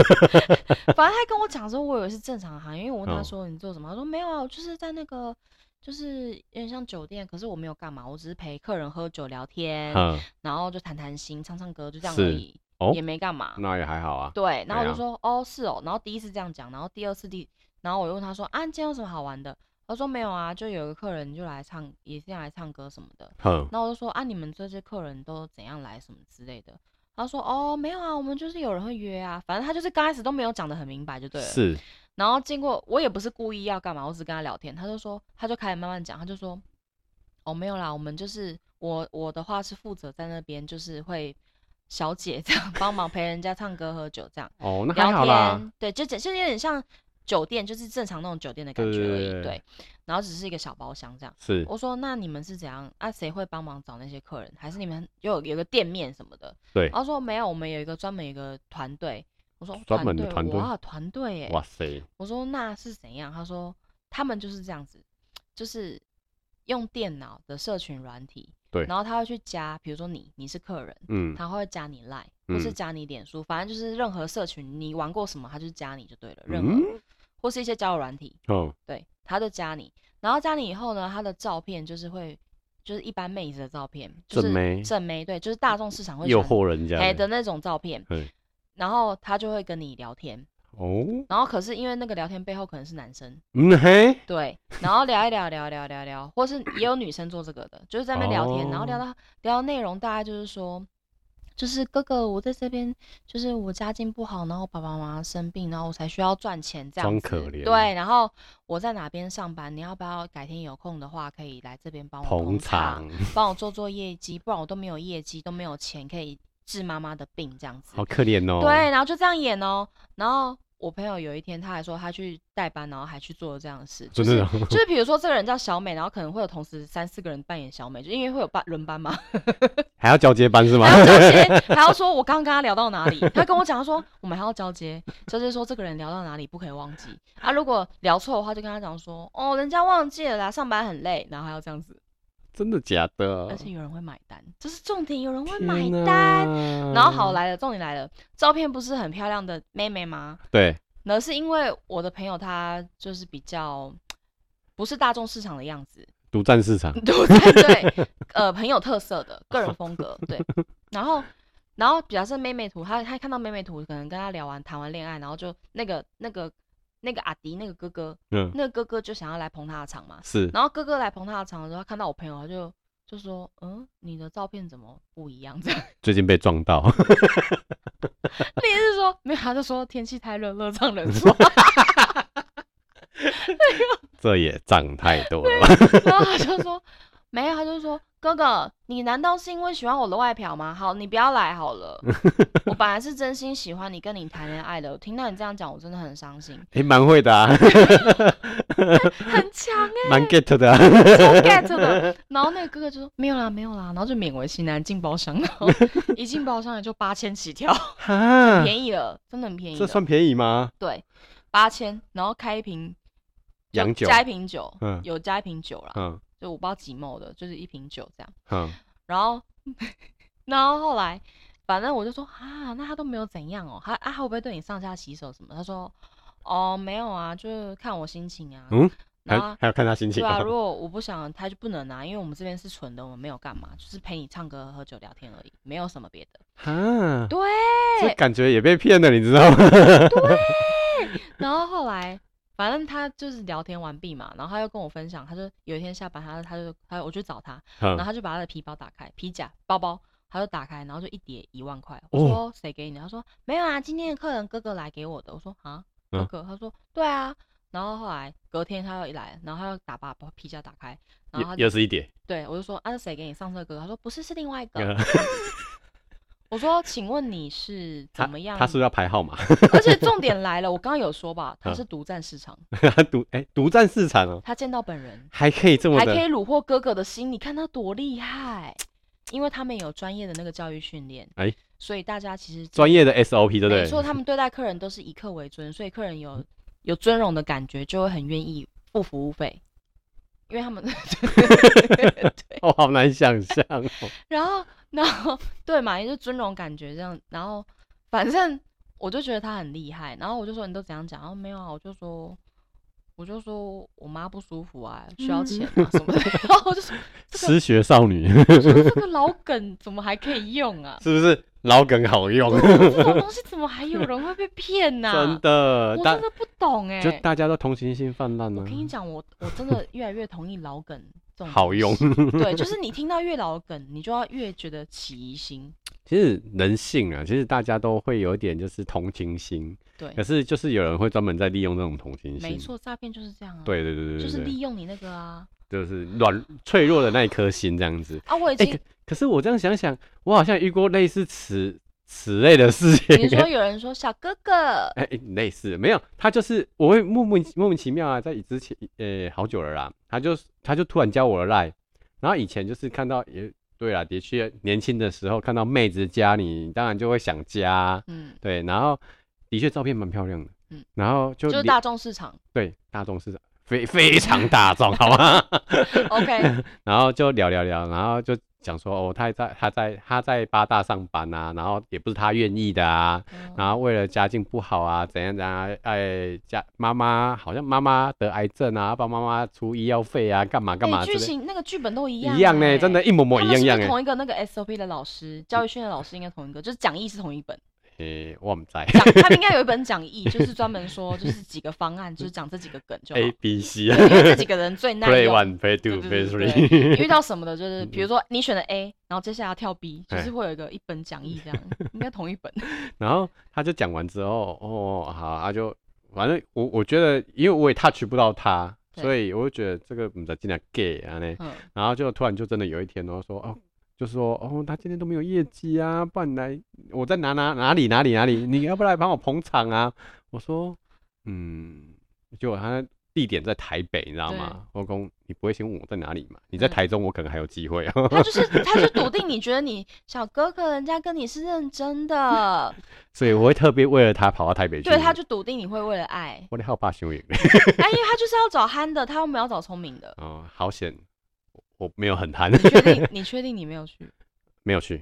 Speaker 2: 反正他跟我讲的时候，我以为是正常的行业，因为我问他
Speaker 1: 哦
Speaker 2: 说你做什么，他说没有啊，我就是在那个。就是有点像酒店，可是我没有干嘛，我只是陪客人喝酒聊天，
Speaker 1: 嗯，
Speaker 2: 然后就谈谈心、唱唱歌，就这样而
Speaker 1: 是
Speaker 2: 已，
Speaker 1: 哦
Speaker 2: 也没干嘛。
Speaker 1: 那也还好啊。
Speaker 2: 对，然后我就
Speaker 1: 对
Speaker 2: 说、哦是哦，然后第一次这样讲，然后第二次第，然后我又问他说啊你今天有什么好玩的？他说没有啊，就有个客人就来唱，也是要来唱歌什么的。
Speaker 1: 哼，
Speaker 2: 然后我就说啊你们这些客人都怎样来什么之类的。他说哦没有啊，我们就是有人会约啊，反正他就是刚开始都没有讲的很明白就对了。
Speaker 1: 是
Speaker 2: 然后经过我也不是故意要干嘛，我只是跟他聊天，他就说他就开始慢慢讲，他就说哦没有啦，我们就是我我的话是负责在那边就是会小姐这样帮忙陪人家唱歌喝酒这样。
Speaker 1: 哦，那还
Speaker 2: 聊
Speaker 1: 好啦。
Speaker 2: 天，对，就只就是有点像酒店，就是正常那种酒店的感觉而已，
Speaker 1: 对对对
Speaker 2: 对。然后只是一个小包厢这样。
Speaker 1: 是
Speaker 2: 我说那你们是怎样？啊，谁会帮忙找那些客人？还是你们有有个店面什么的？
Speaker 1: 对
Speaker 2: 他说没有，我们有一个专门有一个团队。我说
Speaker 1: 专门的团队
Speaker 2: 哇，团队耶！
Speaker 1: 哇塞，
Speaker 2: 我说那是怎样？他说他们就是这样子，就是用电脑的社群软体，
Speaker 1: 对
Speaker 2: 然后他会去加，比如说你你是客人，
Speaker 1: 嗯，
Speaker 2: 他会加你 Line，或是
Speaker 1: 嗯
Speaker 2: 加你脸书，反正就是任何社群你玩过什么，他就加你就对了，任何、
Speaker 1: 嗯，
Speaker 2: 或是一些交友软体，
Speaker 1: 哦，
Speaker 2: 对，他就加你。然后加你以后呢，他的照片就是会就是一般妹子的照片，就
Speaker 1: 正
Speaker 2: 是
Speaker 1: 妹
Speaker 2: 正妹，对，就是大众市场会
Speaker 1: 诱
Speaker 2: 喜欢
Speaker 1: 惑人家
Speaker 2: 哎
Speaker 1: 的
Speaker 2: 的那种照片
Speaker 1: 对。
Speaker 2: 然后他就会跟你聊天，
Speaker 1: 哦，
Speaker 2: 然后可是因为那个聊天背后可能是男生，
Speaker 1: 嗯嘿，
Speaker 2: 对，然后聊一聊，聊聊聊聊，或是也有女生做这个的，就是在那边聊天，然后
Speaker 1: 哦
Speaker 2: 聊到聊到内容，大概就是说，就是哥哥，我在这边，就是我家境不好，然后爸爸妈妈生病，然后我才需要赚钱这样
Speaker 1: 装
Speaker 2: 子，
Speaker 1: 可怜
Speaker 2: 对，然后我在哪边上班，你要不要改天有空的话，可以来这边帮我
Speaker 1: 捧
Speaker 2: 捧
Speaker 1: 场，
Speaker 2: 场，帮我做做业绩，不然我都没有业绩，都没有钱可以治妈妈的病这样子
Speaker 1: 好。可怜哦。
Speaker 2: 对，然后就这样演哦，然后我朋友有一天他还说他去代班，然后还去做了这样的事，就
Speaker 1: 真
Speaker 2: 是
Speaker 1: 的哦，
Speaker 2: 就是比如说这个人叫小美，然后可能会有同时三四个人扮演小美，就因为会有班轮班 嘛，
Speaker 1: 还要交接班 是吗？
Speaker 2: 还要交接，还要说我刚刚跟他聊到哪里，他跟我讲他说我们还要交接，交接说这个人聊到哪里不可以忘记啊，如果聊错的话就跟他讲说哦人家忘记了啦，上班很累，然后还要这样子，
Speaker 1: 真的假的
Speaker 2: 而？且有人会买单，这是重点，有人会
Speaker 1: 哦天
Speaker 2: 买
Speaker 1: 哪嗯
Speaker 2: 单。然后好，来了，重点来了，照片不是很漂亮的妹妹吗？
Speaker 1: 对，
Speaker 2: 那是因为我的朋友他就是比较不是大众市场的样子，
Speaker 1: 独占市场，
Speaker 2: 对对对，呃，很有特色的个人风格，对。然后，然后假设妹妹图，他他看到妹妹图，可能跟他聊完谈完恋爱，然后就那个那个那个阿迪那个哥哥，
Speaker 1: 嗯，
Speaker 2: 那个哥哥就想要来捧他的场嘛。
Speaker 1: 是
Speaker 2: 然后哥哥来捧他的场的时候，他看到我朋友，他就就说：“嗯，你的照片怎么不一样？”这 样，
Speaker 1: 最近被撞 到，
Speaker 2: 你是说没有？他就说天气太热，热胀冷缩。
Speaker 1: 这也涨太多了吧？
Speaker 2: 然后他就说， 没有，他就说，哥哥，你难道是因为喜欢我的外表吗？好，你不要来好 了。我本来是真心喜欢你，跟你谈恋爱的。我听到你这样讲，我真的很伤心，
Speaker 1: 诶，蛮会的 啊，
Speaker 2: 很强哎、
Speaker 1: 蛮 get 的啊，
Speaker 2: 超 get 的。 然后那个哥哥就说没有啦，没有啦，然后就勉为其难进包厢，然 后一进包厢也就八千起跳，
Speaker 1: 哈，
Speaker 2: 哦便宜了，真的很便宜
Speaker 1: 嗯
Speaker 2: 哦
Speaker 1: 这
Speaker 2: 的。
Speaker 1: 算便宜吗？
Speaker 2: 对，八千，然后开一瓶就
Speaker 1: 洋酒，
Speaker 2: 加一瓶酒，
Speaker 1: 嗯
Speaker 2: 有加一瓶酒啦，
Speaker 1: 嗯
Speaker 2: 就我不知道几毛的，就是一瓶酒这样。
Speaker 1: 嗯，
Speaker 2: 然后， 然后后来，反正我就说啊，那他都没有怎样哦，他啊会不会对你上下洗手什么？他说哦没有啊，就是看我心情啊。
Speaker 1: 嗯，
Speaker 2: 然后
Speaker 1: 还
Speaker 2: 啊。
Speaker 1: 还要看他心情
Speaker 2: 对啊，
Speaker 1: 啊
Speaker 2: 如。果我不想，他就不能啊，因为我们这边是纯的，我们没有干嘛，就是陪你唱歌、喝酒、聊天而已，没有什么别的。
Speaker 1: 哈，
Speaker 2: 对，
Speaker 1: 这感觉也被骗了，你知 道吗？
Speaker 2: 然后后来，反正他就是聊天完毕嘛，然后他又跟我分享，他就有一天下班，他他就他我去找他，然后
Speaker 1: 嗯
Speaker 2: 他就把他的皮包打开，皮夹、包包，他就打开，然后就一叠一万块。
Speaker 1: 哦
Speaker 2: 我说谁给你的？他说没有啊，今天的客人哥哥来给我的。我说啊，哥
Speaker 1: 嗯
Speaker 2: 哥？他说对啊。然后后来隔天他又一来，然后他又打把把皮夹打开，然后他
Speaker 1: 又
Speaker 2: 就
Speaker 1: 又是一 点，
Speaker 2: 对我就说啊，是谁给你上这个哥哥？他说不是，是另外一 个。
Speaker 1: 嗯
Speaker 2: 我说请问你是
Speaker 1: 他
Speaker 2: 怎么样？
Speaker 1: 他是不是要排号码？
Speaker 2: 而且重点来了，我刚刚有说吧，他
Speaker 1: 嗯
Speaker 2: 是独占市场，
Speaker 1: 他独哎独占市场哦，
Speaker 2: 他见到本人
Speaker 1: 还可以这么
Speaker 2: 还可以
Speaker 1: 的，
Speaker 2: 虏获哥哥的心，你看他多厉害，因为他们有专业的那个教育训练，
Speaker 1: 哎
Speaker 2: 所以大家其实
Speaker 1: 专业的 SOP 对不
Speaker 2: 没
Speaker 1: 对？
Speaker 2: 错，他们对待客人都是以客为尊，所以客人有有尊荣的感觉，就会很愿意付服务费，因为他们 对，
Speaker 1: 哦，好难想象哦。
Speaker 2: 然后然后对嘛，也就是尊荣感觉这样，然后反正我就觉得他很厉害，然后我就说你都怎样讲，然后没有啊，我就说。我就说我妈不舒服啊，需要钱啊什么的， 然后我就说这个
Speaker 1: 失学少女？
Speaker 2: 这个老梗怎么还可以用啊
Speaker 1: 是不是老梗好用？
Speaker 2: 这种东西怎么还有人会被骗 呢、
Speaker 1: 真的，
Speaker 2: 我
Speaker 1: 大
Speaker 2: 真的不懂哎、
Speaker 1: 就大啊家都同情心泛滥
Speaker 2: 我
Speaker 1: 了
Speaker 2: 跟，你讲，我我真的越来越同意老梗这种
Speaker 1: 好
Speaker 2: 东
Speaker 1: 用
Speaker 2: 西。对，就是你听到越老的梗，你就要越觉得起疑心。
Speaker 1: 其实人性啊，其实大家都会有一点就是同情心，
Speaker 2: 对
Speaker 1: 可，是就是有人会专门在利用这种同情心。
Speaker 2: 没，错，诈骗就是这样啊。，
Speaker 1: 对对对对对，
Speaker 2: 就是
Speaker 1: 对
Speaker 2: 利用你那个啊
Speaker 1: 就是软脆弱的那一颗心这样子。
Speaker 2: 啊！我已
Speaker 1: 哎、
Speaker 2: 经、
Speaker 1: 可可是我这样想想，我好像遇过类似此此类的事情。
Speaker 2: 你说有人说小哥哥，
Speaker 1: 哎、哎类似没有，他就是我会莫名莫名其妙啊，在以之前呃、好久了啦，他就他就突然加我的 line，然后以前就是看到也对啦，的确年轻的时候看到妹子加你，当然就会想加啊，
Speaker 2: 嗯，
Speaker 1: 对，然后的确照片蛮漂亮的，
Speaker 2: 嗯
Speaker 1: 然后就
Speaker 2: 就是
Speaker 1: 连
Speaker 2: 大众 市场。
Speaker 1: 对大众市场非非常大众，好吗？
Speaker 2: OK，
Speaker 1: 然后就聊聊聊，然后就讲说哦，他在他在他在八大上班啊，然后也不是他愿意的啊，
Speaker 2: 嗯
Speaker 1: 然后为了家境不好啊，怎样怎样啊，哎，家妈妈好像妈妈得癌症啊，帮妈妈出医药费啊，干嘛干嘛
Speaker 2: 哎
Speaker 1: 之
Speaker 2: 剧
Speaker 1: 类，
Speaker 2: 情那个剧本都一样、欸
Speaker 1: 一样欸呢，真的，。一模模
Speaker 2: 他
Speaker 1: 一
Speaker 2: 们
Speaker 1: 样样
Speaker 2: 是不是
Speaker 1: 哎，
Speaker 2: 同一个那个 SOP 的老师，教育训练老师应该同一个，就是讲义是同一 本。
Speaker 1: 诶，欸我们在
Speaker 2: 讲他们应该有一本讲义，就是专门说就是几个方案，就是讲这几个梗就 好
Speaker 1: A。B C
Speaker 2: 对因为这几个人最耐
Speaker 1: 哎 play
Speaker 2: 用，
Speaker 1: one play two
Speaker 2: 对
Speaker 1: play
Speaker 2: 对对
Speaker 1: three， 嗯
Speaker 2: 遇到什么的，就是比如说你选了 A，然后接下来要跳 B，就是
Speaker 1: 哎
Speaker 2: 会有一个一本讲义这样，应该同一本。
Speaker 1: 然后他就讲完之后，哦，好，他就反正我我觉得，因为我也 touch 不到他，
Speaker 2: 对
Speaker 1: 所以我就觉得这个不知道进来 gay 啊呢。
Speaker 2: 嗯，
Speaker 1: 然后就突然就真的有一天，然后说哦，就说哦，他今天都没有业绩啊，不然来我在哪哪哪里哪里哪里，你要不来帮我捧场啊？我说嗯，结果他地点在台北，你知道吗？我公，你不会先问我在哪里嘛？你在
Speaker 2: 嗯
Speaker 1: 台中，我可能还有机会啊。
Speaker 2: 他就是他就笃定你觉得你小哥哥，人家跟你是认 真的，
Speaker 1: 所以我会特别为了他跑到台北去。，
Speaker 2: 对，他就笃定你会为了爱
Speaker 1: 我的好怕熊赢
Speaker 2: 哎，因为他就是要找憨的，他又没有找聪明的。
Speaker 1: 哦，好险，我我没有很贪
Speaker 2: 你，确定？你确定你没有去？
Speaker 1: 没有去，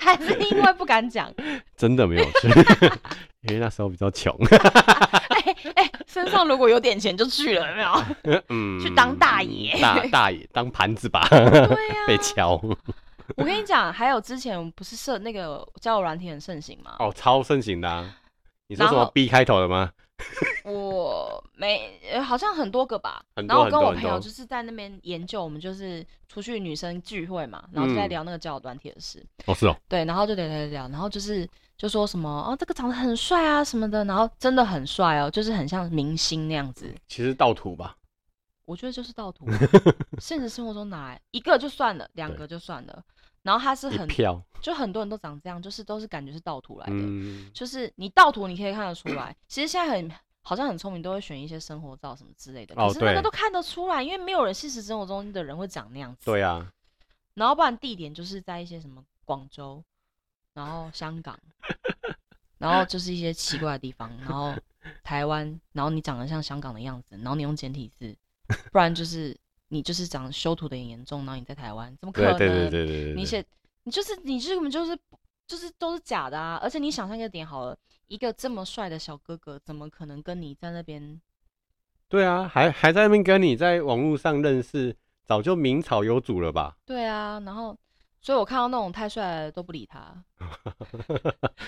Speaker 2: 还是因为不敢讲？
Speaker 1: 真的没有去， 因为那时候比较穷。
Speaker 2: 哎身上如果有点钱就去了，有没有？
Speaker 1: 嗯，
Speaker 2: 去当大爷
Speaker 1: 大大爷当盘子 吧，
Speaker 2: 对呀、
Speaker 1: 被敲
Speaker 2: 我跟你讲，还有之前不是设那个交友软体很盛行吗？
Speaker 1: 哦，超盛行的、啊。你说什
Speaker 2: 然
Speaker 1: 么
Speaker 2: 后
Speaker 1: B 开头的吗？
Speaker 2: 我没、呃好像很多个吧。
Speaker 1: 很多
Speaker 2: 然后我跟我
Speaker 1: 很多
Speaker 2: 朋友
Speaker 1: 很多
Speaker 2: 就是在那边研究，我们就是出去女生聚会嘛，
Speaker 1: 嗯
Speaker 2: 然后就在聊那个交友软体的事。
Speaker 1: 哦，是哦，
Speaker 2: 对，然后就聊聊聊，然后就是就说什么哦，这个长得很帅啊什么的，然后真的很帅哦，就是很像明星那样子。
Speaker 1: 其实盗图吧，
Speaker 2: 我觉得就是 盗图啊，现实生活中哪来一个就算了，两
Speaker 1: 对
Speaker 2: 个就算了。然后他是
Speaker 1: 一
Speaker 2: 很，
Speaker 1: 票，
Speaker 2: 就很多人都长这样，就是都是感觉是盗图来的，
Speaker 1: 嗯，
Speaker 2: 就是你盗图你可以看得出来。其实现在很好像很聪明，都会选一些生活照什么之类的，
Speaker 1: 哦
Speaker 2: 可是那个
Speaker 1: 对
Speaker 2: 都看得出来，因为没有人现实生活中的人会长那样子。
Speaker 1: 对啊，
Speaker 2: 然后不然地点就是在一些什么广州，然后香港，然后就是一些奇怪的地方，然后台湾，然后你长得像香港的样子，然后你用简体字，不然就是你就是长得修图的很严重，然后你在台湾，怎么可
Speaker 1: 对
Speaker 2: 能？
Speaker 1: 对对对对对
Speaker 2: 你
Speaker 1: 对，
Speaker 2: 写你就是你这根本就是就是都是假的啊！而且你想象一个点好了，一个这么帅的小哥哥，怎么可能跟你在那边？
Speaker 1: 对啊，还还在那边跟你在网络上认识，早就名草有主了吧？
Speaker 2: 对啊，然后所以我看到那种太帅的都不理 他，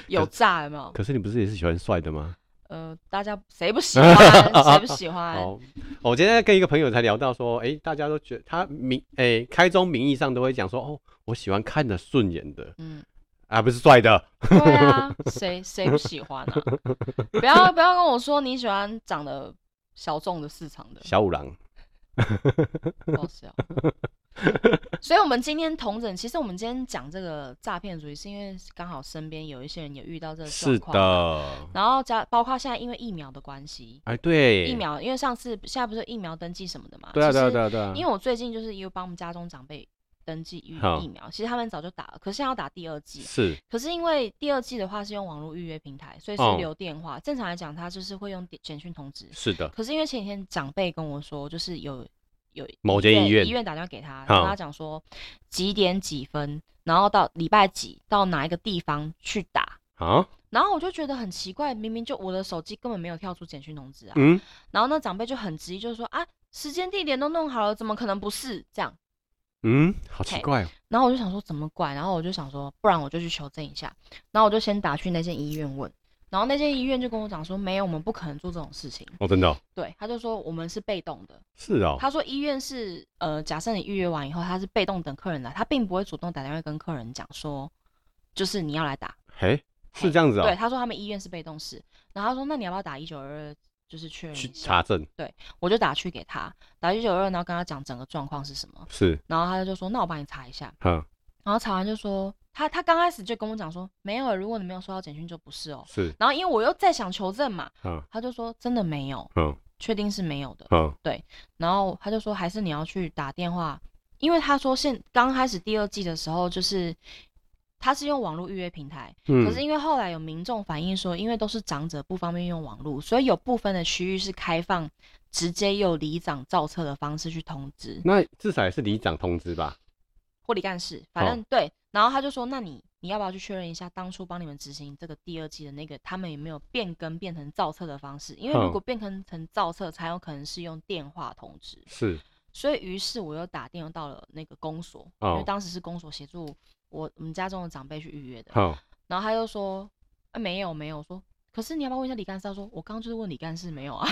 Speaker 2: 有炸有没有？
Speaker 1: 可是你不是也是喜欢帅的吗？
Speaker 2: 呃，大家谁不喜欢？谁不喜欢？
Speaker 1: 哦，我今天在跟一个朋友才聊到说，哎、大家都觉得他名，哎、开宗名义上都会讲说，哦，我喜欢看的顺眼的，
Speaker 2: 嗯，
Speaker 1: 啊，不是帅的，
Speaker 2: 对啊，谁谁不喜欢啊？不要不要跟我说你喜欢长得小众的市场的，
Speaker 1: 小五郎，
Speaker 2: 不好笑。所以，我们今天同整，其实我们今天讲这个诈骗主义，是因为刚好身边有一些人也遇到这个状
Speaker 1: 是
Speaker 2: 况。。
Speaker 1: 的，
Speaker 2: 然后加包括现在因为疫苗的关系，
Speaker 1: 哎，对，
Speaker 2: 疫，苗因为上次现在不是疫苗登记什么的嘛？
Speaker 1: 对啊，
Speaker 2: 其
Speaker 1: 对啊，
Speaker 2: 实
Speaker 1: 对啊，对啊，
Speaker 2: 因为我最近就是有帮我们家中长辈登记疫
Speaker 1: 好
Speaker 2: 疫苗，其实他们早就打了，可是现在要打第二剂。
Speaker 1: 是
Speaker 2: 可是因为第二季的话是用网络预约平台，所以是
Speaker 1: 哦
Speaker 2: 留电话。正常来讲，他就是会用电简讯通知。
Speaker 1: 是的，
Speaker 2: 可是因为前几天长辈跟我说，就是有有
Speaker 1: 某间医院
Speaker 2: 医院打电话给他，
Speaker 1: 好
Speaker 2: 跟他讲说几点几分，然后到礼拜几到哪一个地方去打。
Speaker 1: 啊，
Speaker 2: 然后我就觉得很奇怪，明明就我的手机根本没有跳出简讯通知啊。
Speaker 1: 嗯，
Speaker 2: 然后那长辈就很急，就说啊，时间地点都弄好了，怎么可能不是这样？
Speaker 1: 嗯，好奇怪哦，
Speaker 2: 然后我就想说怎么怪，然后我就想说，不然我就去求证一下。然后我就先打去那间医院问，然后那间医院就跟我讲说，没有，我们不可能做这种事情。
Speaker 1: 哦，真的哦、
Speaker 2: 对，他就说我们是被动的。
Speaker 1: 是哦，
Speaker 2: 他说医院是呃，假设你预约完以后，他是被动等客人来，他并不会主动打电话跟客人讲说，就是你要来打。
Speaker 1: 嘿，是这样子
Speaker 2: 对，
Speaker 1: 哦，
Speaker 2: 他说他们医院是被动式，然后他说那你要不要打一九二二，就是确认
Speaker 1: 去
Speaker 2: 一下。
Speaker 1: 查证，
Speaker 2: 我就打去给他，打一九二二，然后跟他讲整个状况是什么，
Speaker 1: 是，
Speaker 2: 然后他就说那我帮你查一下。
Speaker 1: 哈，
Speaker 2: 然后查完就说他他刚开始就跟我讲说没有，如果你没有收到简讯就不是哦。
Speaker 1: 是，
Speaker 2: 然后因为我又在想求证嘛，
Speaker 1: 啊，
Speaker 2: 他就说真的没有，
Speaker 1: 嗯，
Speaker 2: 确定是没有的。
Speaker 1: 嗯，
Speaker 2: 然后他就说还是你要去打电话，因为他说现刚开始第二季的时候就是他是用网络预约平台，
Speaker 1: 嗯，
Speaker 2: 可是因为后来有民众反映说，因为都是长者不方便用网络，所以有部分的区域是开放直接用里长造册的方式去通知。
Speaker 1: 那至少也是里长通知吧，
Speaker 2: 或里干事，反
Speaker 1: 好
Speaker 2: 正对。然后他就说，那你你要不要去确认一下，当初帮你们执行这个第二季的那个，他们有没有变更变成造册的方式？因为如
Speaker 1: 好
Speaker 2: 果变更成造册，才有可能是用电话通知。
Speaker 1: 是，
Speaker 2: 所以于是我又打电话到了那个公所，因为
Speaker 1: 哦，
Speaker 2: 当时是公所协助我我们家中的长辈去预约的。
Speaker 1: 好，
Speaker 2: 然后他就说，啊、没有没有，我说。可是你要不要问一下李干事？他说我刚刚就是问李干事没有啊，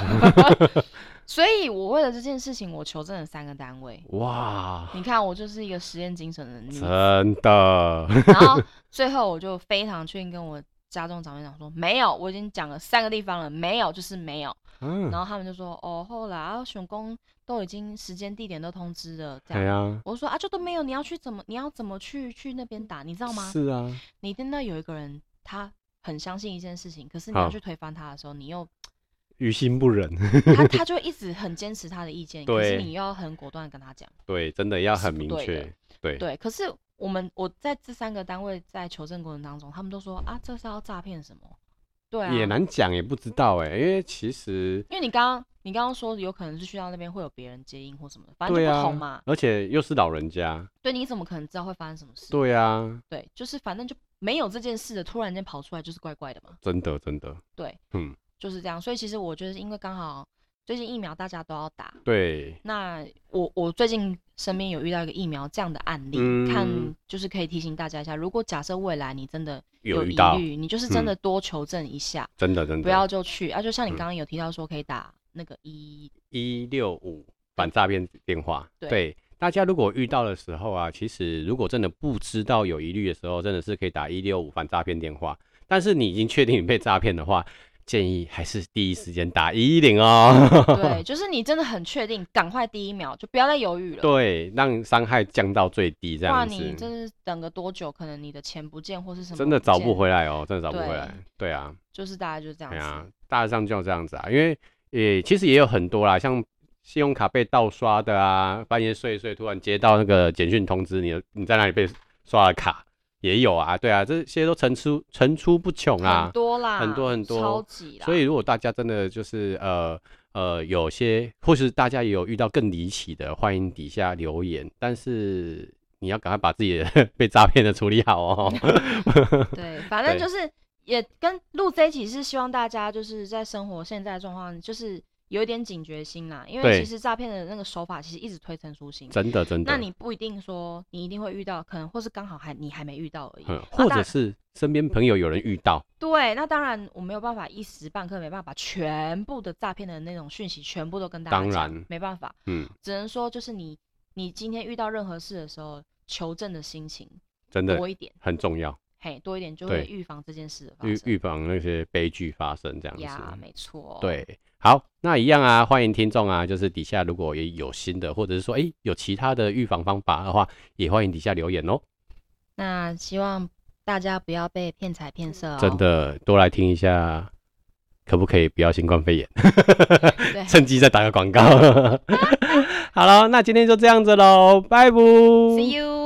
Speaker 2: 所以我为了这件事情，我求证了三个单位。
Speaker 1: 哇，
Speaker 2: 你看，我就是一个实验精神的女子。
Speaker 1: 真的，
Speaker 2: 然后最后我就非常确定跟我家中长辈讲说没有，我已经讲了三个地方了，没有就是没有。
Speaker 1: 嗯
Speaker 2: 然，后他们就说哦，后来啊，选工都已经时间地点都通知了，这
Speaker 1: 哎
Speaker 2: 样。
Speaker 1: 呀，
Speaker 2: 我说啊，就都没有，你要去怎么，你要怎么去去那边打，你知道吗？
Speaker 1: 是啊，
Speaker 2: 你真的有一个人，他很相信一件事情，可是你要
Speaker 1: 好
Speaker 2: 去推翻他的时候，你又
Speaker 1: 于心不忍，
Speaker 2: 他他就一直很坚持他的意见，可是
Speaker 1: 对
Speaker 2: 你又要很果断地跟他讲。
Speaker 1: 对，真的要
Speaker 2: 是
Speaker 1: 很
Speaker 2: 不
Speaker 1: 明
Speaker 2: 对的
Speaker 1: 确，对，
Speaker 2: 对，啊可是我们我在这三个单位在求证过程当中，他们都说啊，这是要诈骗什么？对啊，
Speaker 1: 也难讲，也不知道哎，因为其实
Speaker 2: 因为你刚刚你刚刚说有可能是去到那边会有别人接应或什么的，反正
Speaker 1: 对
Speaker 2: 就不
Speaker 1: 啊
Speaker 2: 同嘛。，
Speaker 1: 而且又是老人家，
Speaker 2: 对，你怎么可能知道会发生什么事？
Speaker 1: 对啊，
Speaker 2: 对，就是反正就没有这件事的，突然间跑出来就是怪怪的嘛。
Speaker 1: 真的真的，
Speaker 2: 对，
Speaker 1: 嗯，
Speaker 2: 就是这样。所以其实我就是因为刚好最近疫苗大家都要打，
Speaker 1: 对，
Speaker 2: 那我我最近身边有遇到一个疫苗这样的案例，
Speaker 1: 嗯
Speaker 2: 看就是可以提醒大家一下，如果假设未来你真的
Speaker 1: 有
Speaker 2: 疑
Speaker 1: 遇到，
Speaker 2: 虑，你就是
Speaker 1: 嗯
Speaker 2: 真的多求证一下，
Speaker 1: 真的真的，
Speaker 2: 不要就去啊。就像你
Speaker 1: 嗯
Speaker 2: 刚刚有提到说可以打那个一，
Speaker 1: 一六五反诈骗电话。
Speaker 2: 对
Speaker 1: 大家如果遇到的时候啊，其实如果真的不知道有疑虑的时候，真的是可以打一六五反诈骗电话。但是你已经确定你被诈骗的话，建议还是第一时间打一一零 哦。
Speaker 2: 对，就是你真的很确定，赶快第一秒就不要再犹豫了。
Speaker 1: 对，让伤害降到最低，这
Speaker 2: 不然
Speaker 1: 样
Speaker 2: 你
Speaker 1: 子
Speaker 2: 真是等个多久，可能你的钱不见或是什么，
Speaker 1: 真的找不，回来哦，真的找不
Speaker 2: 对
Speaker 1: 回来。对啊，
Speaker 2: 就是大概就是这样
Speaker 1: 哎呀
Speaker 2: 子。，
Speaker 1: 大致上就这样子啊，因为也其实也有很多啦，像信用卡被盗刷的啊，半夜睡一睡突然接到那个简讯通知你的你在哪里被刷了卡，也有啊，对啊，这些都层出层出不穷
Speaker 2: 很
Speaker 1: 啊。
Speaker 2: 多啦，
Speaker 1: 很多很多
Speaker 2: 超级啦。
Speaker 1: 所以如果大家真的就是呃呃有些，或是大家也有遇到更离奇的，欢迎底下留言，但是。你要赶快把自己的 被诈骗的处理好 哦。
Speaker 2: 对，反正
Speaker 1: 对
Speaker 2: 就是也跟录这一集是希望大家就是在生活现在的状况，就是有一点警觉心啦，因为
Speaker 1: 对
Speaker 2: 其实诈骗的那个手法其实一直推陈出新。
Speaker 1: 真的真的。
Speaker 2: 那你不一定说你一定会遇到，可能或是刚好还你还没遇到而已。
Speaker 1: 嗯，
Speaker 2: 那
Speaker 1: 或
Speaker 2: 当
Speaker 1: 者
Speaker 2: 然
Speaker 1: 是身边朋友有人遇到，
Speaker 2: 对，那当然我没有办法一时半刻没办法把全部的诈骗的那种讯息全部都跟大家
Speaker 1: 当
Speaker 2: 讲
Speaker 1: 然
Speaker 2: 没办法，
Speaker 1: 嗯，
Speaker 2: 只能说就是你你今天遇到任何事的时候，求证的心情
Speaker 1: 真的
Speaker 2: 多一点，
Speaker 1: 很重要。
Speaker 2: 嘿，多一点就
Speaker 1: 对
Speaker 2: 会预防这件事的发
Speaker 1: 预
Speaker 2: 生。
Speaker 1: 预防那些悲剧发生这样
Speaker 2: 呀，哦
Speaker 1: 子。
Speaker 2: 没错，，
Speaker 1: 对，好，那一样啊，欢迎听众啊，就是底下如果也有新的，或者是说诶有其他的预防方法的话，也欢迎底下留言哦。
Speaker 2: 那希望大家不要被骗财骗色哦。
Speaker 1: 真，的多来听一下，可不可以不要新冠肺 炎？
Speaker 2: 哦对，
Speaker 1: 趁机再 打个广告。好了，那今天就这样子喽，拜拜。
Speaker 2: See you。